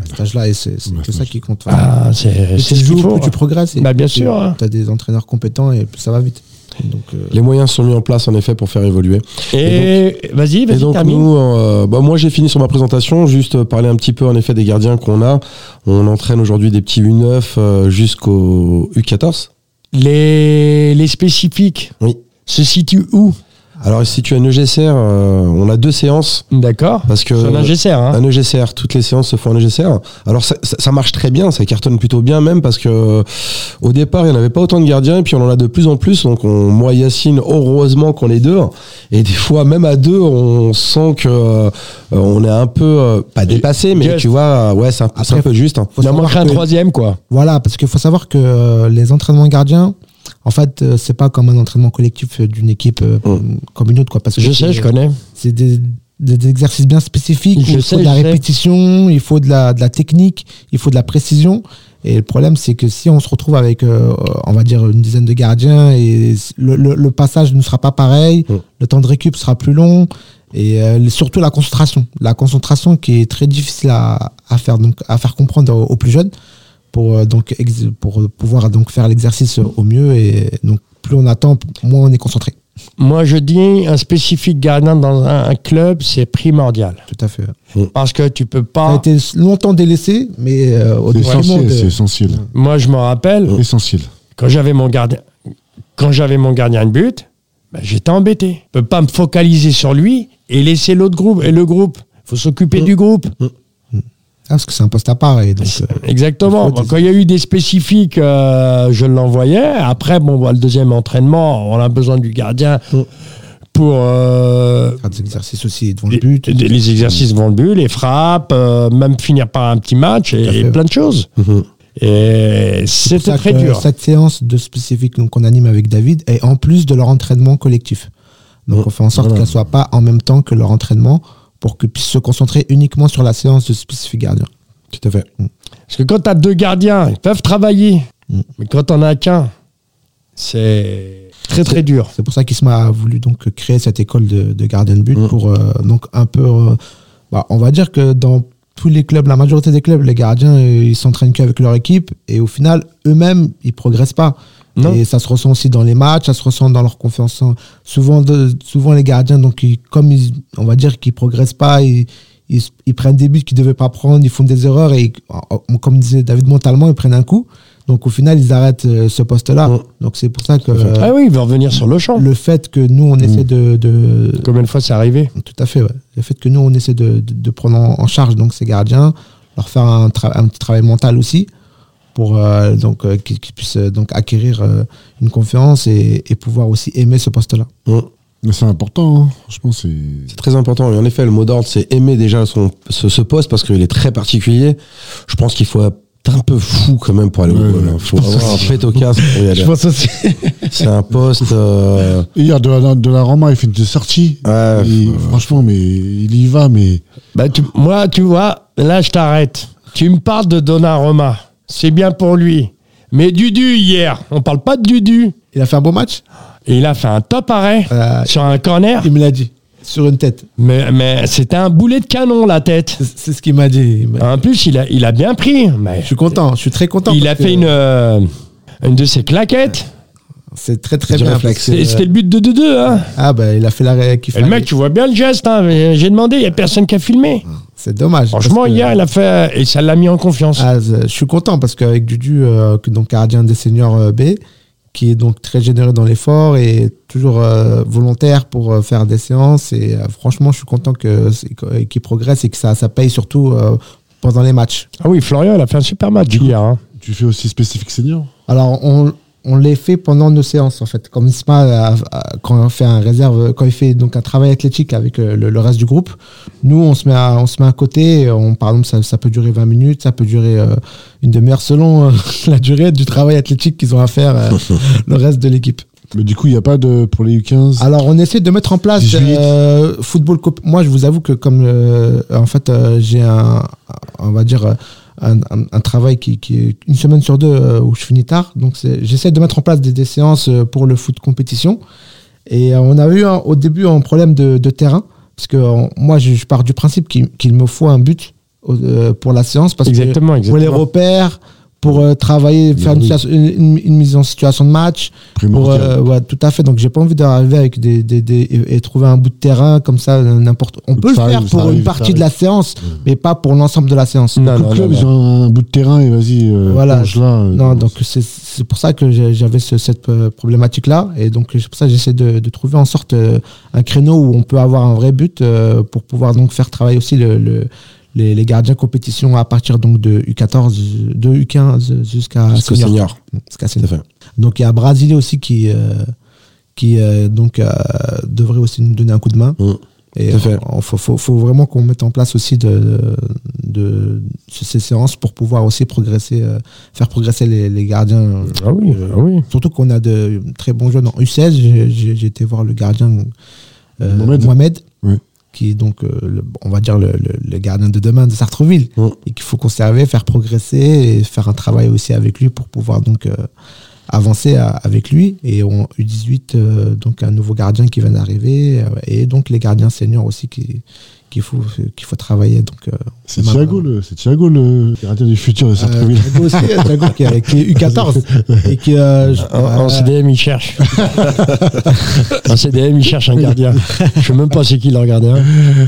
Cet âge-là, et c'est c'est que ça qui compte. Ah, c'est plus c'est tu ce qu'il joues, faut, plus tu hein. progresses. et Bah, plus bien tu- sûr, hein. T'as des entraîneurs compétents et plus ça va vite. Donc, euh, Les moyens sont mis en place, en effet, pour faire évoluer. Et, vas-y, Et vas-y, donc termine. nous, euh, bah, moi j'ai fini sur ma présentation, juste euh, parler un petit peu en effet des gardiens qu'on a. On entraîne aujourd'hui des petits U9 euh, jusqu'au U14. les, les spécifiques Oui. se situent où Alors si tu as une EGCR, euh, on a deux séances D'accord parce que Sur un GCR, hein. Un E EGCR, toutes les séances se font en E EGCR. Alors ça, ça- ça marche très bien, ça cartonne plutôt bien même parce que euh, au départ il n'y en avait pas autant de gardiens et puis on en a de plus en plus. Donc on, moi Yacine, heureusement qu'on est deux et des fois même à deux on sent que euh, on est un peu euh, pas dépassé mais Juste. tu vois euh, ouais c'est un, c'est un peu juste. hein. faut Il en savoir manquerait un que- troisième, quoi. Voilà, parce qu'il faut savoir que euh, les entraînements gardiens, en fait, euh, c'est pas comme un entraînement collectif euh, d'une équipe euh, comme une autre, quoi. Parce que Je sais, c'est- je connais. C'est des, des- des exercices bien spécifiques. où Je il sais, faut de la je sais. répétition, il faut de la, de la technique, il faut de la précision. Et le problème, c'est que si on se retrouve avec, euh, on va dire, une dizaine de gardiens, et s- le, le- le passage ne sera pas pareil, Mm. le temps de récup sera plus long, et euh, surtout la concentration. La concentration qui est très difficile à, à faire, donc, à faire comprendre aux, aux plus jeunes pour, euh, donc, ex- pour euh, pouvoir donc, faire l'exercice euh, au mieux. Et donc, plus on attend, p- moins on est concentré. Moi, je dis, un spécifique gardien dans un, un club, c'est primordial. Tout à fait. Parce que tu peux Ça a pas... été longtemps délaissé, mais euh, au C'est détriment essentiel, de- c'est essentiel. Moi, je me Mm. rappelle, Essentiel. quand j'avais mon gardien... Quand j'avais mon gardien de but, ben, j'étais embêté. Je peux pas me focaliser sur lui et laisser l'autre groupe. Et le groupe, faut Mm. s'occuper du groupe. Ben, Ah, parce que c'est un poste à part. Et donc, euh, Exactement. Faut Bon, des- quand il y a eu des spécifiques, euh, je l'envoyais. Après, bon, bah, le deuxième entraînement, on a besoin du gardien Mm. pour euh, faire des exercices aussi devant les, le but. les- les exercices devant le but, les frappes, euh, même finir par un petit match Tout à et, et fait. Mm-hmm. plein de choses. Mhm. Et C'est pour c'était ça très que dur. Cette séance de spécifique donc, qu'on anime avec David est en plus de leur entraînement collectif. Donc on fait en sorte qu'elle soit pas en même temps que leur entraînement pour qu'ils puissent se concentrer uniquement sur la séance de spécifique gardien. Tout à fait. Parce que quand tu as deux gardiens, ils peuvent travailler. Mm. Mais quand on a qu'un, c'est très très dur. C'est pour ça qu'Isma a voulu donc créer cette école de, de gardien de but pour euh, donc un peu. euh, bah, on va dire que dans tous les clubs, la majorité des clubs, les gardiens euh, ils s'entraînent qu'avec leur équipe et au final eux-mêmes ils progressent pas. Non. Et ça se ressent aussi dans les matchs, ça se ressent dans leur confiance. en- Souvent, de- souvent les gardiens donc ils- comme ils, on va dire qu'ils progressent pas, ils, ils, s- ils prennent des buts qu'ils devaient pas prendre, ils font des erreurs et ils- comme disait David mentalement ils prennent un coup. Donc au final ils arrêtent euh, ce poste-là. Mm. Donc c'est pour ça que euh, Ah oui, il va revenir sur le champ. le fait que nous on essaie de, Mm. de- Combien de fois c'est arrivé tout à fait ouais. le fait que nous on essaie de, de- de prendre en en charge donc ces gardiens leur faire un, tra- un petit travail mental aussi pour euh, donc euh, qu'ils qu'ils puissent euh, donc acquérir euh, une confiance et, et pouvoir aussi aimer ce poste là Mmh. Mais c'est important, hein. franchement, c'est. C'est très important. Et en effet, le mot d'ordre, c'est aimer déjà son, ce, ce poste parce qu'il est très particulier. Je pense qu'il faut être un peu fou quand même pour aller au Ouais, goal. hein. je Faut pense avoir un aussi. pet au casque pour y aller. Je pense aussi. C'est un poste. euh, Ah, Hier, de la, de la Roma, il fait une sortie. ouais, Il- franchement, mais il y va, mais. Bah, tu- moi, tu vois, là, je t'arrête. Tu me parles de Donnarumma. C'est bien pour lui. Mais Dudu, hier, on parle pas de Dudu. Il a fait un beau match Et il a fait un top arrêt Euh, sur un corner. Il me l'a dit. Sur une tête. Mais, mais c'était un boulet de canon, la tête. C'est- C'est ce qu'il m'a dit. Il m'a- En plus, il a, il a bien pris. Mais Je suis content. Je suis très content. il a parce fait que une, euh, une de ses claquettes. C'est très très Du bien. réflexe. parce que- euh, C'est- C'était le but de 2-2. Hein. Ah bah il a fait l'arrêt qu'il Et le mec, tu vois bien le geste. hein. Mais J'ai demandé, il n'y a personne qui a filmé. C'est dommage. Franchement, parce que- hier, il a fait. Et ça l'a mis en confiance. Ah, je je suis content parce qu'avec Dudu, euh, que- donc gardien des seniors euh, B, qui est donc très généreux dans l'effort et toujours euh, volontaire pour euh, faire des séances. Et euh, franchement, je suis content que c'est- que- qu'il progresse et que ça, ça paye surtout euh, pendant les matchs. Ah oui, Florian, il a fait un super match hier. hein. Tu fais aussi spécifique senior Alors, on, on les fait pendant nos séances en fait. Comme Isma, euh, euh, quand on fait un réserve, quand il fait donc un travail athlétique avec euh, le, le reste du groupe, nous on se met à, on se met à côté. et On, par exemple, ça, ça peut durer 20 minutes, ça peut durer euh, une demi-heure selon euh, la durée du travail athlétique qu'ils ont à faire euh, le reste de l'équipe. Mais du coup, il n'y a pas de. Pour les U15. Alors on essaie de mettre en place 18. euh, football. cop- Moi, je vous avoue que comme euh, en fait euh, j'ai un, on va dire euh, un, un- un travail qui, qui est une semaine sur deux euh, où je finis tard, donc c'est- j'essaie de mettre en place des, des séances euh, pour le foot compétition. Et euh, on a eu un- au début un problème de, de terrain parce que euh, moi je, je pars du principe qu'il qu'il me faut un but euh, pour la séance parce que Exactement, pour les exactement. repères, pour euh, travailler, faire une, oui. situation- une- une- une mise en situation de match. Pour, primordial. euh, ouais, tout à fait. Donc, j'ai pas envie d'arriver avec des, des, des- et, et trouver un bout de terrain comme ça, euh, n'importe. On peut Ça le faire arrive, ça pour une arrive, partie ça de la séance, mais pas pour l'ensemble de la séance. Non, Le non, club, non, ils non. ont un bout de terrain et vas-y, euh, Voilà. là. Non, donc c'est- c'est pour ça que j'ai- j'avais ce- cette euh, problématique-là. Et donc, c'est pour ça que j'essaie de, de trouver en sorte euh, un créneau où on peut avoir un vrai but euh, pour pouvoir donc faire travailler aussi le, le- les, les gardiens compétition à partir donc de U14, de U15 jusqu'à Jusqu'au senior. senior. Jusqu'à Tout à senior. fait. Donc il y a Brasilia aussi qui, euh, qui euh, donc, euh, devrait aussi nous donner un coup de main. Mm. Et Tout à fait. il faut, faut- faut vraiment qu'on mette en place aussi de, de, ce- ces séances pour pouvoir aussi progresser, euh, faire progresser les, les gardiens. euh, Ah oui, ah oui. Surtout qu'on a de très bons jeunes en U16. J'ai- J'ai j'ai été voir le gardien euh, Mohamed. Mohamed. Ouais. Qui est donc, euh, le- on va dire, le, le- le gardien de demain de Sartreville, Mm. et qu'il faut conserver, faire progresser et faire un travail aussi avec lui pour pouvoir donc euh, avancer à- avec lui. Et en U18, euh, donc un nouveau gardien qui vient d'arriver, euh, et donc les gardiens seniors aussi qui qu'il faut, qu'il faut travailler. Donc, euh, C'est Bah, Thiago, bah. le, c'est Thiago, le gardien du futur de Sartreville. Thiago euh, aussi, Thiago qui, est- qui est U14 et qui euh, je- En, en CDM, il cherche. en CDM, il cherche un gardien. Je sais même pas c'est qui le hein. gardien.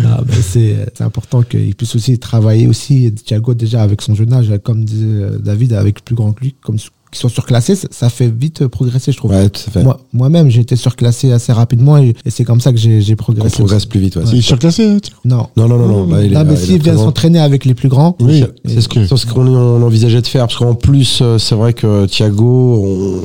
Ah, mais c'est c'est important qu'il puisse aussi travailler aussi. Thiago, déjà, avec son jeune âge, comme disait euh, David, avec plus grand que lui, comme qui sont surclassés, ça, ça fait vite euh, progresser, je trouve. Ouais, tout à fait. Moi- Moi-même, j'ai été surclassé assez rapidement et, et c'est comme ça que j'ai j'ai On progressé. progresse plus vite. ouais. Il est surclassé, hein, Thiago. Non. Non, non, non, non. bah, il est- Non, mais il est s'il très vient bon. s'entraîner avec les plus grands, Oui, C'est ce que- que- c'est ce qu'on on envisageait de faire, parce qu'en plus, euh, c'est vrai que Thiago, on,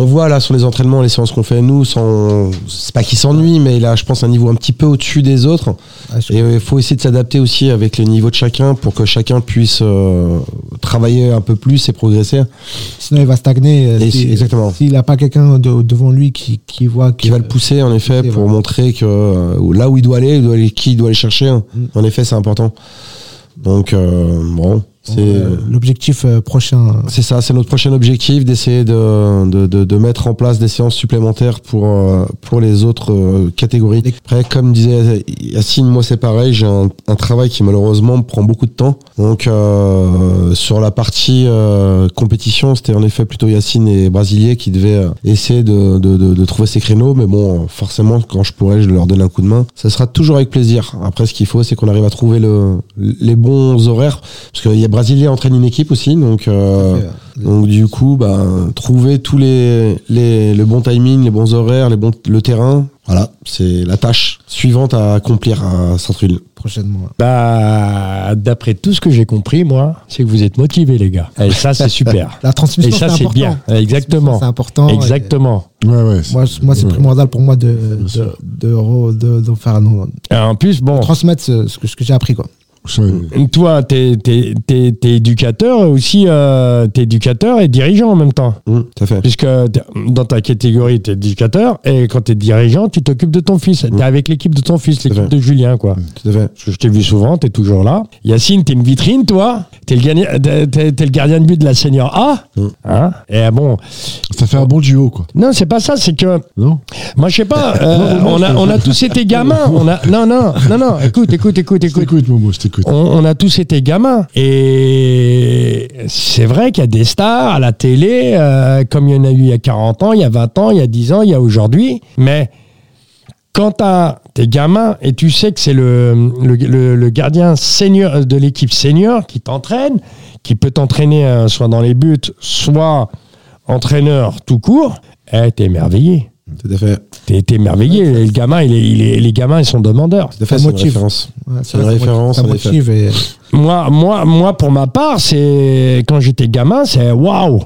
on voit là sur les entraînements, les séances qu'on fait nous, sans- c'est pas qu'il s'ennuie, mais il a, je pense, un niveau un petit peu au-dessus des autres. ah, je- Et euh, il faut essayer de s'adapter aussi avec les niveaux de chacun pour que chacun puisse euh, travailler un peu plus et progresser. sinon il va stagner. euh, Et si- c'est- exactement. S'il n'a pas quelqu'un de- devant lui qui, qui voit euh, Qui va le pousser, en effet, pousser, pour voilà. montrer que euh, là où il doit aller, il doit aller- qui il doit aller chercher. hein. Mm. En effet, c'est important. Donc, euh, bon, c'est. Euh, L'objectif euh, prochain. C'est ça, c'est notre prochain objectif, d'essayer de, de, de, de mettre en place des séances supplémentaires pour, euh, pour les autres euh, catégories. Après, comme disait Yacine, moi c'est pareil, j'ai un, un travail qui malheureusement me prend beaucoup de temps. Donc euh, sur la partie euh, compétition, c'était en effet plutôt Yacine et Brasilier qui devaient euh, essayer de, de, de, de trouver ces créneaux. Mais bon, euh, forcément, quand je pourrai, je leur donne un coup de main. Ça sera toujours avec plaisir. Après, ce qu'il faut, c'est qu'on arrive à trouver le, les bons horaires. Parce qu'il y a Brasilier entraîne une équipe aussi, donc... euh, euh, donc du coup, bah, trouver tous les, les le bon timing, les bons horaires, les bons le terrain. Voilà, c'est la tâche suivante à accomplir à Centreville. prochainement. Bah, d'après tout ce que j'ai compris, moi, c'est que vous êtes motivés, les gars. Et ça, Ah, c'est super. La transmission, Et ça, c'est important. bien. Exactement. C'est important. et- Exactement. Ouais, ouais. c'est- Moi, je- moi c'est ouais. primordial pour moi de, de, sûr. de, re- de- d'en faire, non, non, Et en plus, bon, transmettre ce, ce que, ce que j'ai appris. Quoi. Ça, Toi, t'es es, éducateur aussi, euh, t'es éducateur et dirigeant en même temps. Mmh, tout à fait. Puisque t'es- dans ta catégorie, t'es éducateur et quand t'es dirigeant, tu t'occupes de ton fils. T'es avec l'équipe de ton fils, l'équipe vrai. de Julien, quoi. Tout à fait. Parce que je t'ai vu souvent, t'es toujours là. Yacine, t'es une vitrine, toi. T'es le, gagna- t'es- t'es- t'es le gardien de but de la senior A. Mm. Hein et bon, ça fait un bon duo, quoi. non, c'est pas ça, c'est que. Non Moi, je sais pas, euh, on, a, on a tous été gamins. On a, non, non, non, non, écoute, écoute, écoute, Je écoute. t'écoute, Momo, je t'écoute. On, on a tous été gamins. Et c'est vrai qu'il y a des stars à la télé, euh, comme il y en a eu il y a 40 ans, il y a 20 ans, il y a 10 ans, il y a aujourd'hui. Mais quand t'as- t'es gamin et tu sais que c'est le, le, le- le gardien senior euh, de l'équipe senior qui t'entraîne, qui peut t'entraîner euh, soit dans les buts, soit entraîneur tout court, eh, t'es émerveillé. Tout à fait. T'es t'es émerveillé. Le gamin, il est- il est- les gamins, ils sont demandeurs. Tout à fait. Ça C'est une motive. référence. Ouais, C'est une vrai, ça référence, motive- en effet. Ça motive et Moi, moi, moi, pour ma part, c'est quand j'étais gamin, c'est waouh.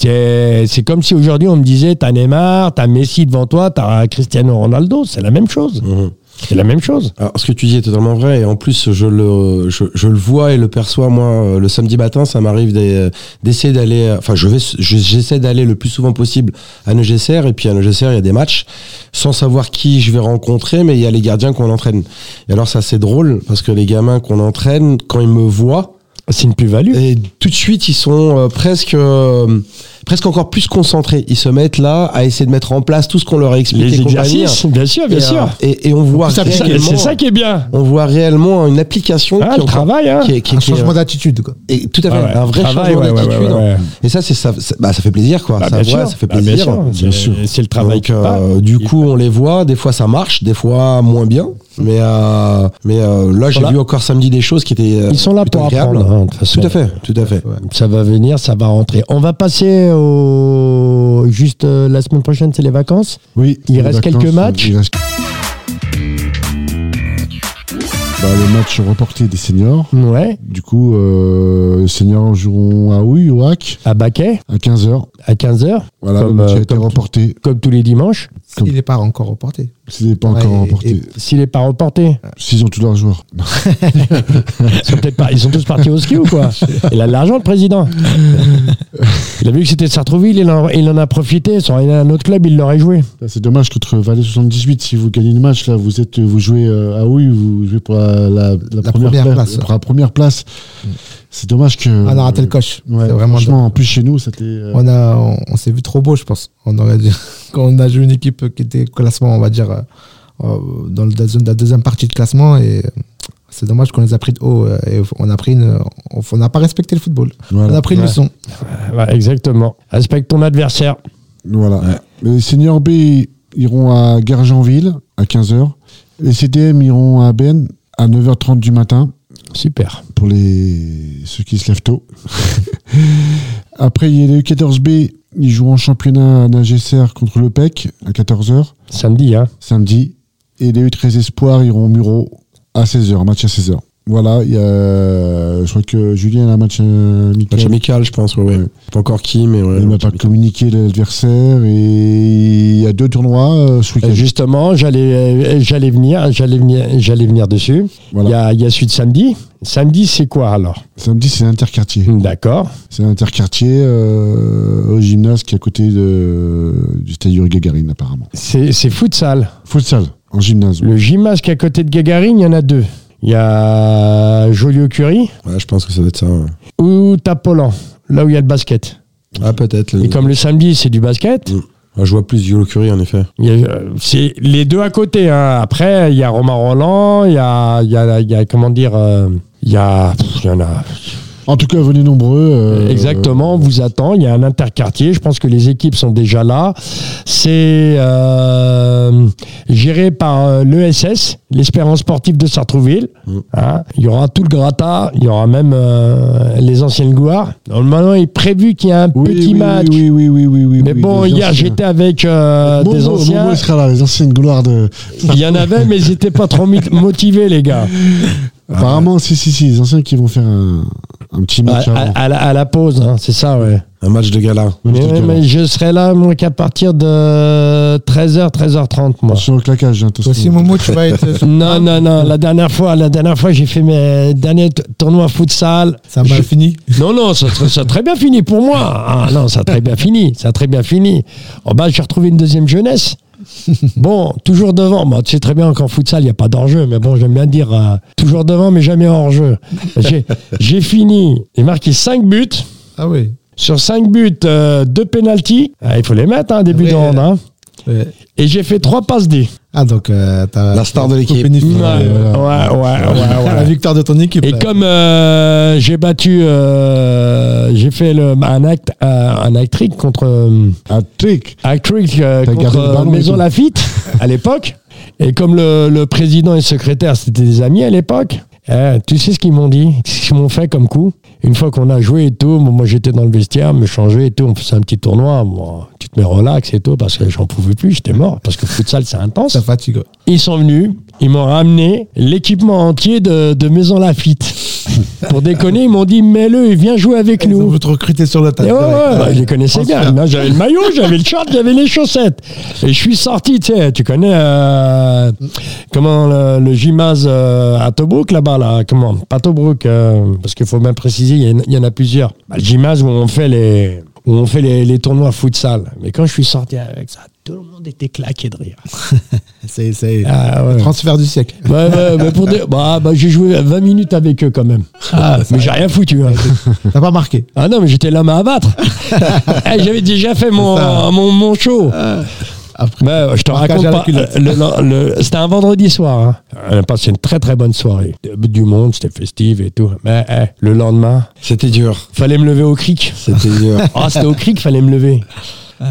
C'est c'est comme si aujourd'hui on me disait t'as Neymar, t'as Messi devant toi, t'as Cristiano Ronaldo. C'est la même chose. Mhm. C'est la même chose. Alors, ce que tu dis est totalement vrai, et en plus, je le, je, je le vois et le perçois, moi, euh, le samedi matin, ça m'arrive d'e- d'essayer d'aller, euh, enfin, je vais, je- j'essaie d'aller le plus souvent possible à Neugesser, et puis à Neugesser, il y a des matchs, sans savoir qui je vais rencontrer, mais il y a les gardiens qu'on entraîne. Et alors, ça, c'est drôle, parce que les gamins qu'on entraîne, quand ils me voient, C'est une plus-value. et tout de suite, ils sont euh, presque, euh, presque encore plus concentrés. Ils se mettent là à essayer de mettre en place tout ce qu'on leur a expliqué. Les et compagnie. exercices, bien sûr, bien Et, sûr. euh, Et, et on voit Ça, réellement- C'est c'est ça qui est bien. on voit réellement une application Ah, qui, le est- travail, hein. qui est, qui est- un qui est- euh, changement d'attitude. quoi. et tout à fait Ah ouais, un vrai travail, changement ouais, ouais, d'attitude. hein. ouais, ouais. Et ça, c'est ça, ça- bah, ça fait plaisir quoi. Bah, ça, bien voit, sûr. ça fait Bah, bien plaisir. sûr. Bien C'est- sûr. C'est le travail. Donc, qui parle. euh, du coup, on les voit. Des fois, ça marche. Des fois, moins bien. Mais euh, mais euh, là, j'ai Voilà. vu encore samedi des choses qui étaient. euh, ils sont là plutôt pour agréables. apprendre. hein, de toute façon. Tout à fait. Tout à fait. Ça va venir, ça va rentrer. On va passer au juste euh, la semaine prochaine, c'est les vacances. Oui. Il les reste vacances, quelques matchs il reste- Bah, le match reporté des seniors. Ouais, Du coup, euh, les seniors joueront à Houille, au Hack, à Baquet à 15h. à 15h Voilà, Comme, le match euh, a été comme tu- reporté. comme tous les dimanches. Comme- Il n'est pas encore reporté. S'il n'est pas Ouais, encore et- ah. remporté. S'il n'est pas reporté, S'ils ont tous leurs joueurs. ils sont, peut-être pas- ils sont tous partis au ski ou quoi Il a de l'argent, le président. Il a vu que c'était Sartrouville, il en, il en a profité. Sans il a un autre club, il l'aurait joué. Là, C'est dommage contre Valais 78. Si vous gagnez le match, là, vous êtes, vous jouez euh, à Houille, vous jouez pour la, la- la première, première place. place. Mm. Pour la première place. C'est dommage que. Ah non, raté le coche. Ouais, C'est vraiment franchement, en plus chez nous, c'était. euh, On, a, on, on s'est vu trop beau, je pense. On aurait dû- quand on a joué une équipe qui était classement, on va dire, euh, euh, dans le- la, zone- la deuxième partie de classement. Et euh, c'est dommage qu'on les a pris de haut. euh, Et on a pris une- on- on n'a pas respecté le football. voilà. on a pris une Ouais. leçon. Ouais, Ah, bah, exactement. Respecte ton adversaire. Voilà. Les seniors B iront à Gargenville à 15h. Les CDM iront à Ben à 9h30 du matin Super. pour les ceux qui se lèvent tôt. Après, il y a les U14B. Ils jouent en championnat à Nagesser contre le PEC à 14h Samedi, hein samedi. Et les U13 Espoirs iront au Muro à 16h, match à 16h. Voilà, il y a... je crois que Julien a un match Match amical. amical, je pense. Ouais, ouais. Ouais. Pas encore qui, mais ouais. Il m'a pas communiqué l'adversaire et il y a deux tournois euh, ce Euh, week-end. Justement, j'allais, euh, j'allais venir, j'allais venir, j'allais venir dessus. Il Voilà. y a, il y a celui de samedi. Samedi, c'est quoi alors Samedi, c'est Mmh. l'interquartier. D'accord. C'est l'interquartier euh, au gymnase qui est à côté de, du stade Yuri Gagarine, apparemment. C'est, c'est futsal. Futsal, en gymnase. Le gymnase qui est à côté de Gagarine, il y en a deux. Il y a Joliot-Curie Ouais, je pense que ça doit être ça. ouais. ou Tapolan, là où il y a le basket. Ah, peut-être. le- Et comme le samedi, c'est du basket, Mm. Ah, je vois plus Yolo Curie, en effet. il y a, euh, c'est les deux à côté. hein. Après, il y a Romain Roland, il y a, il y a- il y a- comment dire, euh, il y a, pff, il y en a. En tout cas, venez nombreux. euh, Exactement, on vous attend. Il y a un interquartier. Je pense que les équipes sont déjà là. C'est euh, géré par euh, l'ESS, l'Espérance sportive de Sartrouville. Mm. Hein. il y aura tout le gratin. Il y aura même euh, les anciennes gloires. Normalement, il est prévu qu'il y ait un Oui, petit oui, match. Oui, oui, oui, oui, oui. Mais oui, bon, les hier anciens. j'étais avec euh, Momo, des anciens. Momo, il sera là, les anciennes gloires de. Il y en avait, mais ils n'étaient pas trop mi- motivés, les gars. Apparemment, si, si, si, les anciens qui vont faire un, Un petit Bah, À, match avant. à- à la, à la pause, hein, c'est ça, ouais. Un match de gala. Match Mais, de ouais, gala. mais je serai là, moi, qu'à partir de 13h, 13h30, moi. Attention au claquage, hein, attention. Toi aussi, Momo, tu vas être. Non, non, non. La dernière fois, la dernière fois, j'ai fait mes derniers t- tournois futsal. Ça m'a Je- fini. Non, non, ça, ça- ça a très bien fini pour moi. Ah, non, ça a très bien fini. Ça a très bien fini. Oh, bah, j'ai retrouvé une deuxième jeunesse. Bon, toujours devant. Moi, tu sais très bien qu'en futsal, il n'y a pas d'enjeu. Mais bon, j'aime bien dire euh, toujours devant, mais jamais hors-jeu. J'ai- J'ai fini. J'ai marqué 5 buts. Ah oui. Sur 5 buts, 2 pénalties. Ah, il faut les mettre, hein, début Oui, de round. euh, hein. Ouais. Et j'ai fait 3 passes D. Ah, donc, euh, t'as. La star de l'équipe. Coupé une Ouais, fille. ouais, Voilà. ouais, ouais, ouais. La victoire de ton équipe. Et là. comme euh, j'ai battu, euh, j'ai fait le, un acte, euh, un act trick contre euh, Un trick. act trick, euh, T'as contre gardé le euh, ballon et Maison tout. Lafitte à l'époque. Et comme le, le président et le secrétaire c'était des amis à l'époque, eh, tu sais ce qu'ils m'ont dit, ce qu'ils m'ont fait comme coup. Une fois qu'on a joué et tout, bon, moi j'étais dans le vestiaire, me changer et tout, on faisait un petit tournoi. Moi, tu te mets relax et tout parce que j'en pouvais plus, j'étais mort parce que le futsal c'est intense. Ça fatigue. Ils sont venus, ils m'ont ramené l'équipement entier de, de Maison Lafitte. Pour déconner, ils m'ont dit mets-le et viens jouer avec Ils ont nous. voulu te recruter sur le tas. Ah, Et ouais, ouais, bah, je les connaissais bien. Transfert. Là, j'avais le maillot, j'avais le short, j'avais les chaussettes. Et je suis sorti, tu sais, tu connais euh, comment le, le gymnase euh, à Tobruk là-bas, là, comment Pas Tobruk, euh, parce qu'il faut bien préciser, il y en a- il y, en a plusieurs. Bah, le gymnase où on fait les où on fait les, les tournois futsal. Mais quand je suis sorti avec ça, tout le monde était claqué de rire. C'est c'est Ah, ouais. transfert du siècle. Ouais, ouais, mais pour des- bah, bah, j'ai joué 20 minutes avec eux quand même. Ah, mais j'ai rien foutu. hein. T'as pas marqué. Ah non, mais j'étais l'homme à abattre. Eh, J'avais déjà fait mon, C'est ça. Ah. mon, mon show. Après. Mais, euh, je te Marquage raconte à la pas. culotte. euh, le- le- le- c'était un vendredi soir. hein. On a passé une très très bonne soirée. Du monde, c'était festif et tout. Mais eh, le lendemain, C'était dur. fallait me lever au cric. C'était dur. Ah, c'était au cric, fallait me lever. Ah.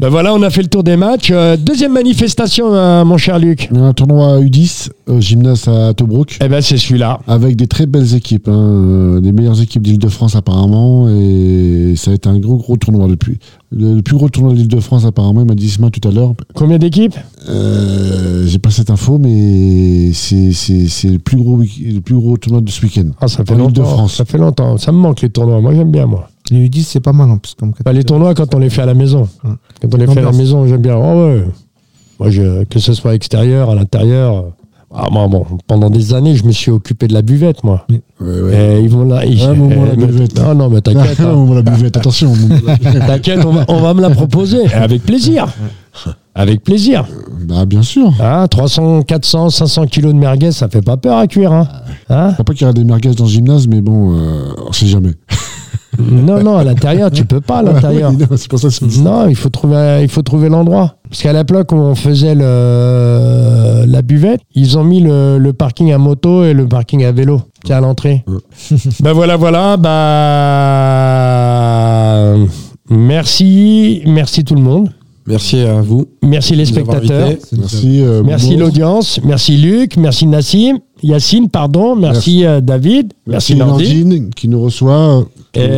Ben voilà, on a fait le tour des matchs. Euh, deuxième manifestation, euh, mon cher Luc. Il y a un tournoi à U10, au gymnase à Tobruk, Eh ben, c'est celui-là. avec des très belles équipes, hein, euh, les meilleures équipes d'Île-de-France apparemment, et ça a été un gros gros tournoi depuis. Le, le plus gros tournoi d'Île-de-France apparemment, il m'a dit ce matin tout à l'heure. Combien d'équipes Euh, J'ai pas cette info, mais c'est- c'est c'est le plus gros week- le plus gros tournoi de ce week-end. Ah, ça fait En longtemps. Île-de-France. Ça fait longtemps. Ça me manque les tournois. Moi, j'aime bien, moi. Les U10, c'est pas mal en plus. Comme Bah, les tournois, quand on les fait à la maison. Hum. Quand on les fait à la L'ambiance. maison, j'aime bien. Oh, ouais. Moi, je, que ce soit extérieur, à l'intérieur. euh, Ah, moi, bon, pendant des années, je me suis occupé de la buvette, moi. Ouais, ouais. Et ils vont là. Ils, Eh, Ouais, bon, moi, la mais- buvette. Non, non, mais t'inquiète. Ah, hein. au moment de la buvette, attention. au moment de la buvette. T'inquiète, on va, on va me la proposer. Et Avec plaisir. Avec plaisir. bah, bien sûr. Hein, 300, 400, 500 kilos de merguez, ça fait pas peur à cuire. Hein. Hein Faut pas qu'il y aura des merguez dans le gymnase, mais bon, euh, on sait jamais. non, non, à l'intérieur, tu peux pas à l'intérieur. Oui, non, c'est pour ça que c'est- Non, il faut trouver, il faut trouver l'endroit. Parce qu'à la plaque où on faisait le, la buvette, ils ont mis le, le parking à moto et le parking à vélo qui est à l'entrée. ben voilà, voilà. Bah... Merci, merci tout le monde. Merci à vous. Merci les de nous avoir spectateurs. invités. Merci. euh, Merci Momo. l'audience. Merci Luc. Merci Nassim. Yacine, pardon. Merci, euh, David. Merci, Merci Nordine. Nordine qui nous reçoit.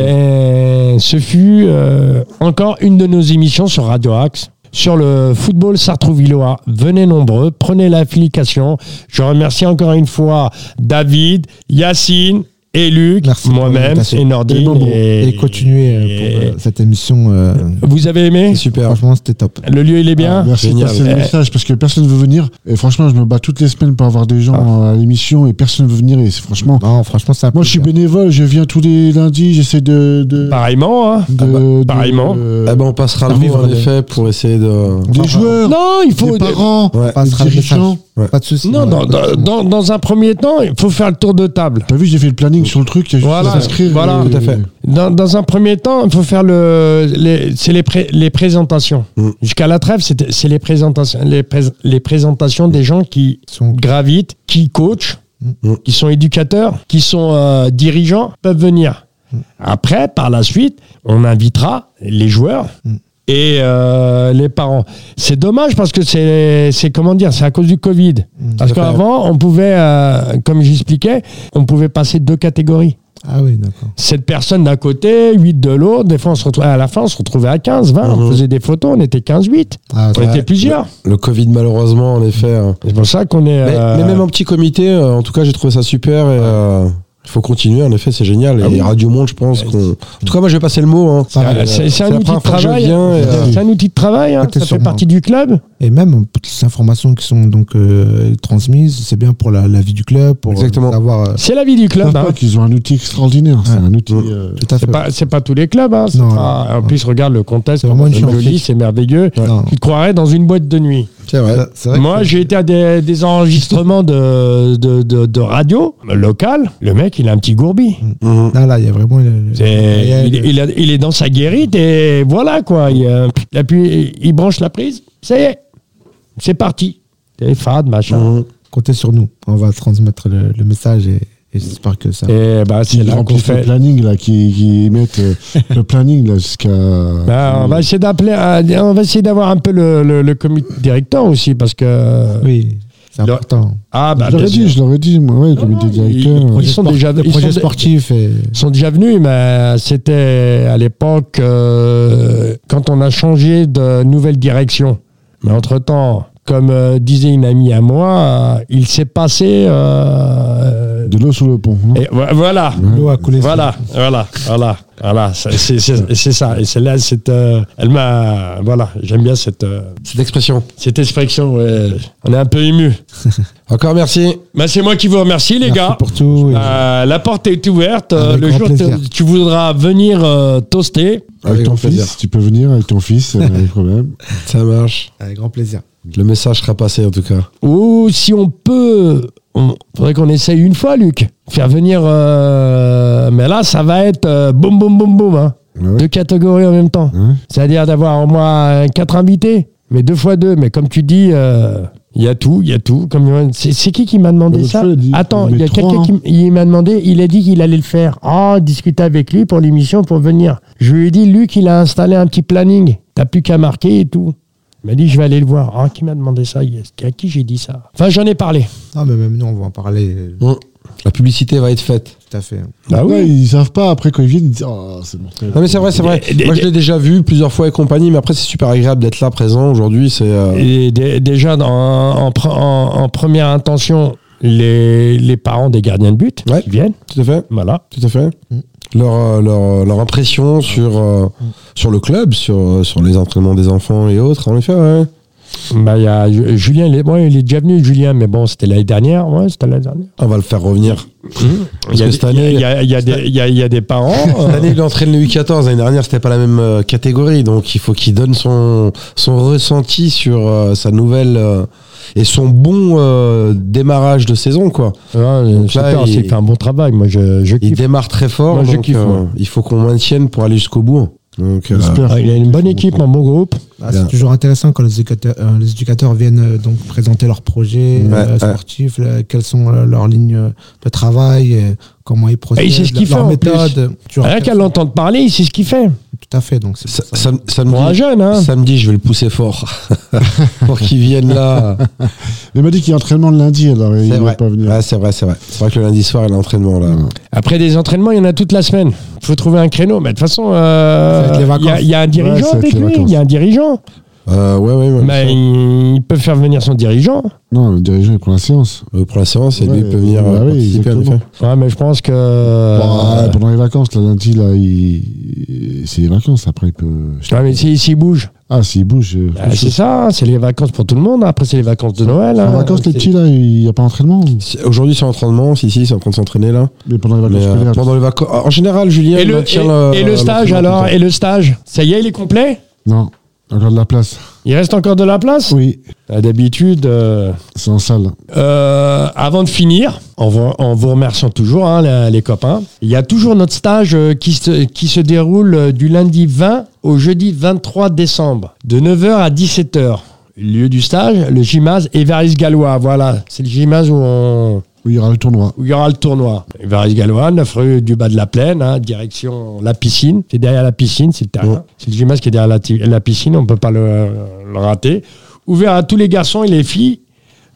Et ce fut euh, encore une de nos émissions sur Radio Axe sur le football sartrouvillois. Venez nombreux, prenez l'application. Je remercie encore une fois David, Yacine et Luc, Merci pour moi-même l'invitation. et Et Nordine. Bobo. Et continuer euh, pour euh, cette émission. euh, Vous avez aimé C'est super. Franchement, c'était top. Le lieu, il est Ah, bien Merci Génial. de passer le Eh. message parce que personne ne veut venir. Et franchement, je me bats toutes les semaines pour avoir des gens Ah. à l'émission et personne ne veut venir. Et c'est franchement, Non, franchement, c'est un moi je suis plaisir. bénévole, je viens tous les lundis, j'essaie de. de, Pareillement, hein de- Ah bah, de- pareillement. de- Eh ben, on passera le mot vivre en les- effet pour essayer de. des joueurs, Non, il faut. des parents, Ouais. Pas, des dirigeants. pas de soucis. Non, dans, dans- dans- dans un premier temps, il faut faire le tour de table. T'as vu, j'ai fait le planning sur le truc. Il y a juste Voilà, à s'inscrire. Euh, voilà. et- Tout à fait. Dans, dans un premier temps, il faut faire le, les, c'est les, pré- les présentations. Mm. Jusqu'à la trêve, c'était- c'est les présentations, les, prés- les présentations des gens qui Sont- gravitent, qui coachent, Mm. qui sont éducateurs, qui sont euh, dirigeants, peuvent venir. Mm. Après, par la suite, on invitera les joueurs Mm. et euh, les parents. C'est dommage parce que c'est, c'est comment dire, c'est à cause du Covid. Parce tout à fait. qu'avant, on pouvait, euh, comme j'expliquais, on pouvait passer deux catégories. Ah oui, d'accord. Cette personne d'un côté, 8 de l'autre. Des fois, on se retrouvait, à la fin, on se retrouvait à 15, 20. On Mhm. faisait des photos, on était 15, 8. Ah, On ça- était plusieurs. Le Covid, malheureusement, en effet. euh, C'est pour ça qu'on est. Mais, euh, mais même en petit comité, euh, en tout cas, j'ai trouvé ça super. Et, euh, Il faut continuer, en effet, c'est génial. et Radio Monde, je pense qu'on. En tout cas, moi, je vais passer le mot. hein. Ah, C'est un- c'est- c'est un la outil de première fois que je travail. hein. viens, et, euh, C'est un outil de travail, hein, Pas ça fait question, partie du club. Et même toutes ces informations qui sont donc euh, transmises, c'est bien pour la, la vie du club, pour euh, Exactement. savoir. euh, C'est la vie du club. hein. Ils ont un outil extraordinaire. C'est Ouais. un outil. euh, tout à fait. C'est pas, c'est pas tous les clubs. Hein. c'est Non, pas- non, en non. plus, regarde le contexte. C'est vraiment une c'est chance. joli, c'est merveilleux. Ouais. Non. Tu te croirais dans une boîte de nuit. C'est vrai. Ça- c'est vrai que Moi, c'est- j'ai été à des, des enregistrements de, de, de, de radio locale. Le mec, il a un petit gourbi. Mhm. Là, là, il y a vraiment. le- le- C'est- le- il, il a- il est dans sa guérite et voilà quoi. Il, euh, il appuie- il branche la prise, ça y est, c'est parti. C'est fade, machin. Mmh. Mhm. Comptez sur nous. On va transmettre le, le message et, et j'espère que ça. Et bah, c'est Ils là qu'on remplissent le fait. planning là, qui, qui mettent euh, le planning là jusqu'à. Bah, on va essayer d'appeler, euh, on va essayer d'avoir un peu le, le, le comité directeur aussi parce que. oui, c'est le- important. Ah, bah, je l'aurais bien sûr. dit, je l'aurais dit, moi, ouais, Non, comité non, directeur. euh, ils- ils sont Sport- déjà- le ils projet sont- sportif et Ils sont déjà venus, mais c'était à l'époque euh, quand on a changé de nouvelle direction. Mais entre-temps, comme euh, disait une amie à moi, euh, il s'est passé... euh, De l'eau sous le pont. non et vo- voilà, l'eau a coulé. sur- voilà, voilà, voilà, voilà, c'est- c'est c'est- c'est ça. Et celle-là, c'est, euh, elle m'a... Voilà, j'aime bien cette, euh, Cette expression. cette expression. ouais. On est un peu ému. Encore merci. Bah, c'est moi qui vous remercie, les Merci gars. pour tout. et- Euh, la porte est ouverte. euh, Avec le grand jour plaisir. tu- tu voudras venir euh, toaster. Avec ton grand fils, plaisir. tu peux venir avec ton fils, euh, pas de problème. Ça marche. Avec grand plaisir. Le message sera passé, en tout cas. Ou si on peut, on faudrait qu'on essaye une fois, Luc. Faire venir. euh, mais là, ça va être euh, boum, boum, boum, boum. hein. Ouais, ouais. Deux catégories en même temps. Ouais. C'est-à-dire d'avoir au moins euh, quatre invités, mais deux fois deux. Mais comme tu dis, euh, il y a tout, il y a tout. Comme c'est, c'est qui qui m'a demandé L'autre ça fois, il a dit- Attends, il il y a met trois, hein. quelqu'un qui m- il m'a demandé. Il a dit qu'il allait le faire. Ah, discuter avec lui pour l'émission, pour venir. Je lui ai dit, Luc, il a installé un petit planning. T'as plus qu'à marquer et tout. Il m'a dit, je vais aller le voir. Ah, qui m'a demandé ça Yes. À qui j'ai dit ça Enfin, j'en ai parlé. Non, mais même nous, on va en parler. euh, Mhm. La publicité va être faite. Tout à fait. hein. Bah oui. Ouais, Ah Ils savent pas, après quand ils viennent, ils disent Oh, c'est bon. Non mais c'est vrai, c'est vrai. Des- des- Moi je l'ai déjà vu plusieurs fois et compagnie, mais après c'est super agréable d'être là présent aujourd'hui. C'est euh, Et dé- déjà, dans- en, pre- en- en première intention, les, les parents des gardiens de but Ouais. qui viennent. tout à fait, Voilà. tout à fait. Leur, euh, leur, leur impression sur, euh, sur le club, sur, euh, sur les entraînements des enfants et autres, en effet, ouais. Bah, il y a Ju- Julien, il est, ouais, il est déjà venu, Julien, mais bon, c'était l'année dernière. Ouais, c'était l'année dernière. On va le faire revenir. Il y a que des- cette année- il y a- il y a des- il y a- il y a des parents. Cette euh, année, il entraîne le U14. L'année dernière, c'était pas la même euh, catégorie. Donc, il faut qu'il donne son, son ressenti sur euh, sa nouvelle euh, et son bon euh, démarrage de saison, quoi. ouais, Donc là, super, il- c'est fait un bon travail. Moi, je, je Il kiffe. démarre très fort. Moi, je donc, kiffe, euh, moi. il faut qu'on maintienne pour aller jusqu'au bout. Donc, euh, J'espère. Ah, il a une bonne équipe, un bon groupe. Ah, c'est Bien. toujours intéressant quand les éducateurs, euh, les éducateurs viennent euh, donc présenter leurs projets Ouais, euh, ouais. sportifs, là, quelles sont euh, leurs lignes euh, de travail, euh, comment ils procèdent, c'est ce qu'il leur- fait, en méthode. Toujours Rien qu'à intéressant. l'entendre parler, c'est ce qu'il fait. Tout à fait. Donc c'est sa- pour ça. sam- samedi, Pour un jeune, hein. samedi, je vais le pousser fort pour qu'il vienne là. Il m'a dit qu'il y a entraînement le lundi, alors il C'est ne va vrai. pas venir. Ah, Ouais, c'est vrai, c'est vrai. C'est vrai que le lundi soir, il y a l'entraînement là. Après des entraînements, il y en a toute la semaine. Il faut trouver un créneau. Mais de toute façon, euh, Ça va être les vacances. il y a- il y, a un Ouais, dirigeant ça va être avec les lui. Il y a un dirigeant. Euh, ouais, ouais, ouais. Mais il peut faire venir son dirigeant. Non, le dirigeant, il prend la séance. Euh, pour la séance, et Ouais, lui, il peut venir bah euh, oui, participer, en exactement. effet. Ouais, mais je pense que. Bah, pendant les vacances, le lundi, là, il... c'est les vacances. Après, il peut. Ouais, mais s'il s'il bouge, Ah, s'il bouge. euh, Bah, c'est ça, c'est les vacances pour tout le monde. hein. Après, c'est les vacances de Noël. hein. En vacances, les C'est- petits, là, il n'y a pas d'entraînement. Si- Aujourd'hui, c'est en entraînement. Si, si, c'est en train de s'entraîner là. Mais pendant les vacances Mais, euh, scolaires. pendant les vacances. En général, Julien, Et il le, bah, maintient et- et le stage l'entraînement alors tout le Et le stage Ça y est, il est complet Non, encore de la place. Il reste encore de la place Oui, Ah, D'habitude, euh, c'est en salle. euh, avant de finir, en, vous- en vous remerciant toujours, hein, la- les copains, il y a toujours notre stage euh, qui, se, qui se déroule euh, du lundi 20 au jeudi 23 décembre, de 9h à 17h. Lieu du stage, le gymnase Évariste Gallois. Voilà, c'est le gymnase où on, Oui, il y aura le tournoi. où il y aura le tournoi. Varis Gallois, 9 rue du bas de la plaine, hein, direction la piscine. C'est derrière la piscine, c'est le terrain. Ouais. C'est le gymnase qui est derrière la, ti- la piscine, on ne peut pas le, le rater. Ouvert à tous les garçons et les filles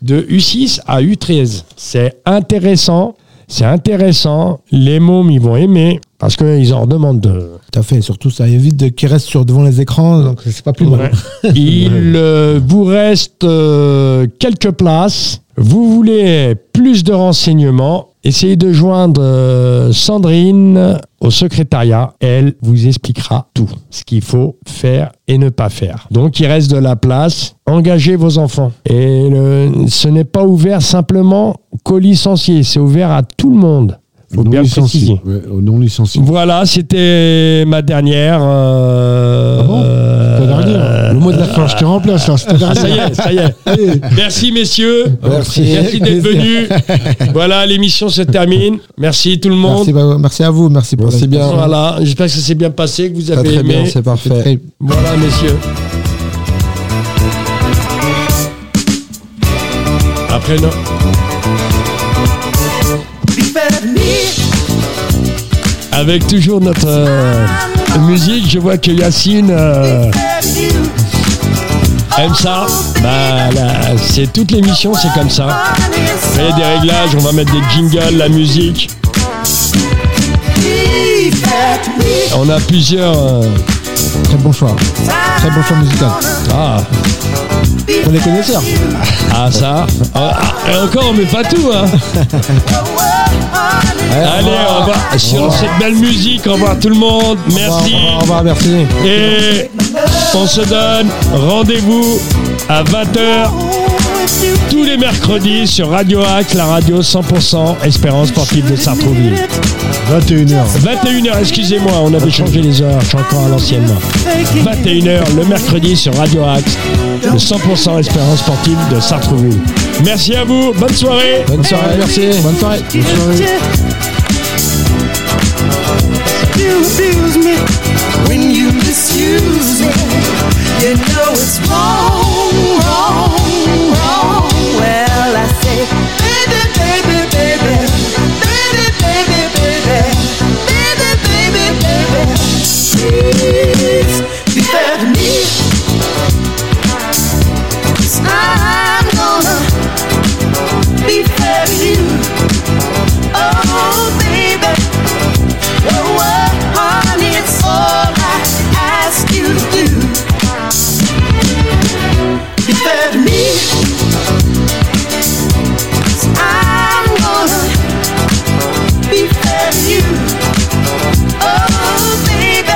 de U6 à U13. C'est intéressant, c'est intéressant. Les mômes, ils vont aimer parce qu'ils en demandent. euh, de- Tout à fait. Et surtout, ça évite qu'ils restent sur devant les écrans. Donc c'est pas plus mal. Ouais. Il euh, vous reste euh, quelques places. Vous voulez plus de renseignements Essayez de joindre euh, Sandrine au secrétariat. Elle vous expliquera tout, ce qu'il faut faire et ne pas faire. Donc il reste de la place. Engagez vos enfants. Et le- ce n'est pas ouvert simplement qu'aux licenciés. C'est ouvert à tout le monde. Faut bien le préciser. Ouais, aux non licenciés. Voilà, c'était ma dernière. euh, Ah bon euh, Ta dernière. Le mot de la fin, je te remplace là. C'était Ah, dernière. ça y est, ça y est. Allez. Merci messieurs. Merci. Merci d'être venus. Voilà, l'émission se termine. Merci tout le monde. Merci, bah, merci à vous, merci pour Merci la- bien. Voilà, j'espère que ça s'est bien passé, que vous Très avez très aimé. bien, c'est parfait. Très- voilà messieurs. Après non. Avec toujours notre euh, musique, je vois que Yacine euh, aime ça. Bah, là, c'est toute l'émission, c'est comme ça. Vous voyez, des réglages, on va mettre des jingles, la musique. On a plusieurs. euh, Très bon choix. Très bon choix musical. ah, Pour les connaisseurs. ah, ça. Ah, ah, et encore, on met pas tout. Hein. Ah. Allez, on va sur cette belle musique. Au revoir tout le monde. Merci. Au revoir, merci. Et on se donne rendez-vous à 20h tous les mercredis sur Radio Axe, la radio 100% Espérance sportive de Sartrouville. 21h. 21h, excusez-moi, on avait changé les heures, je suis encore à l'ancienne. moi. 21h le mercredi sur Radio Axe, le 100% Espérance sportive de Sartrouville. Merci à vous, bonne soirée. Bonne soirée, merci. Bonne soirée. You abuse me when you misuse me. You know it's wrong, wrong, wrong. Well, I say, baby, baby, baby, baby, baby, baby, baby, baby, baby. Please be fair to me. 'Cause I'm gonna be fair to you. Oh, baby. Oh, oh, honey, it's all I ask you to do. Be fair to me. 'Cause I'm gonna be fair to you. Oh, baby.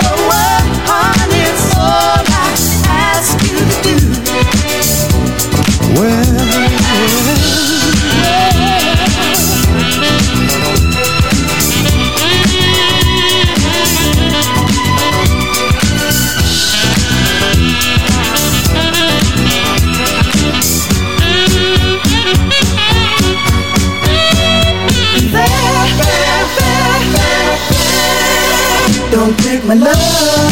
Oh, oh, honey, it's all I ask you to do. Fair, fair, fair, fair, fair. Don't take my love. Oh,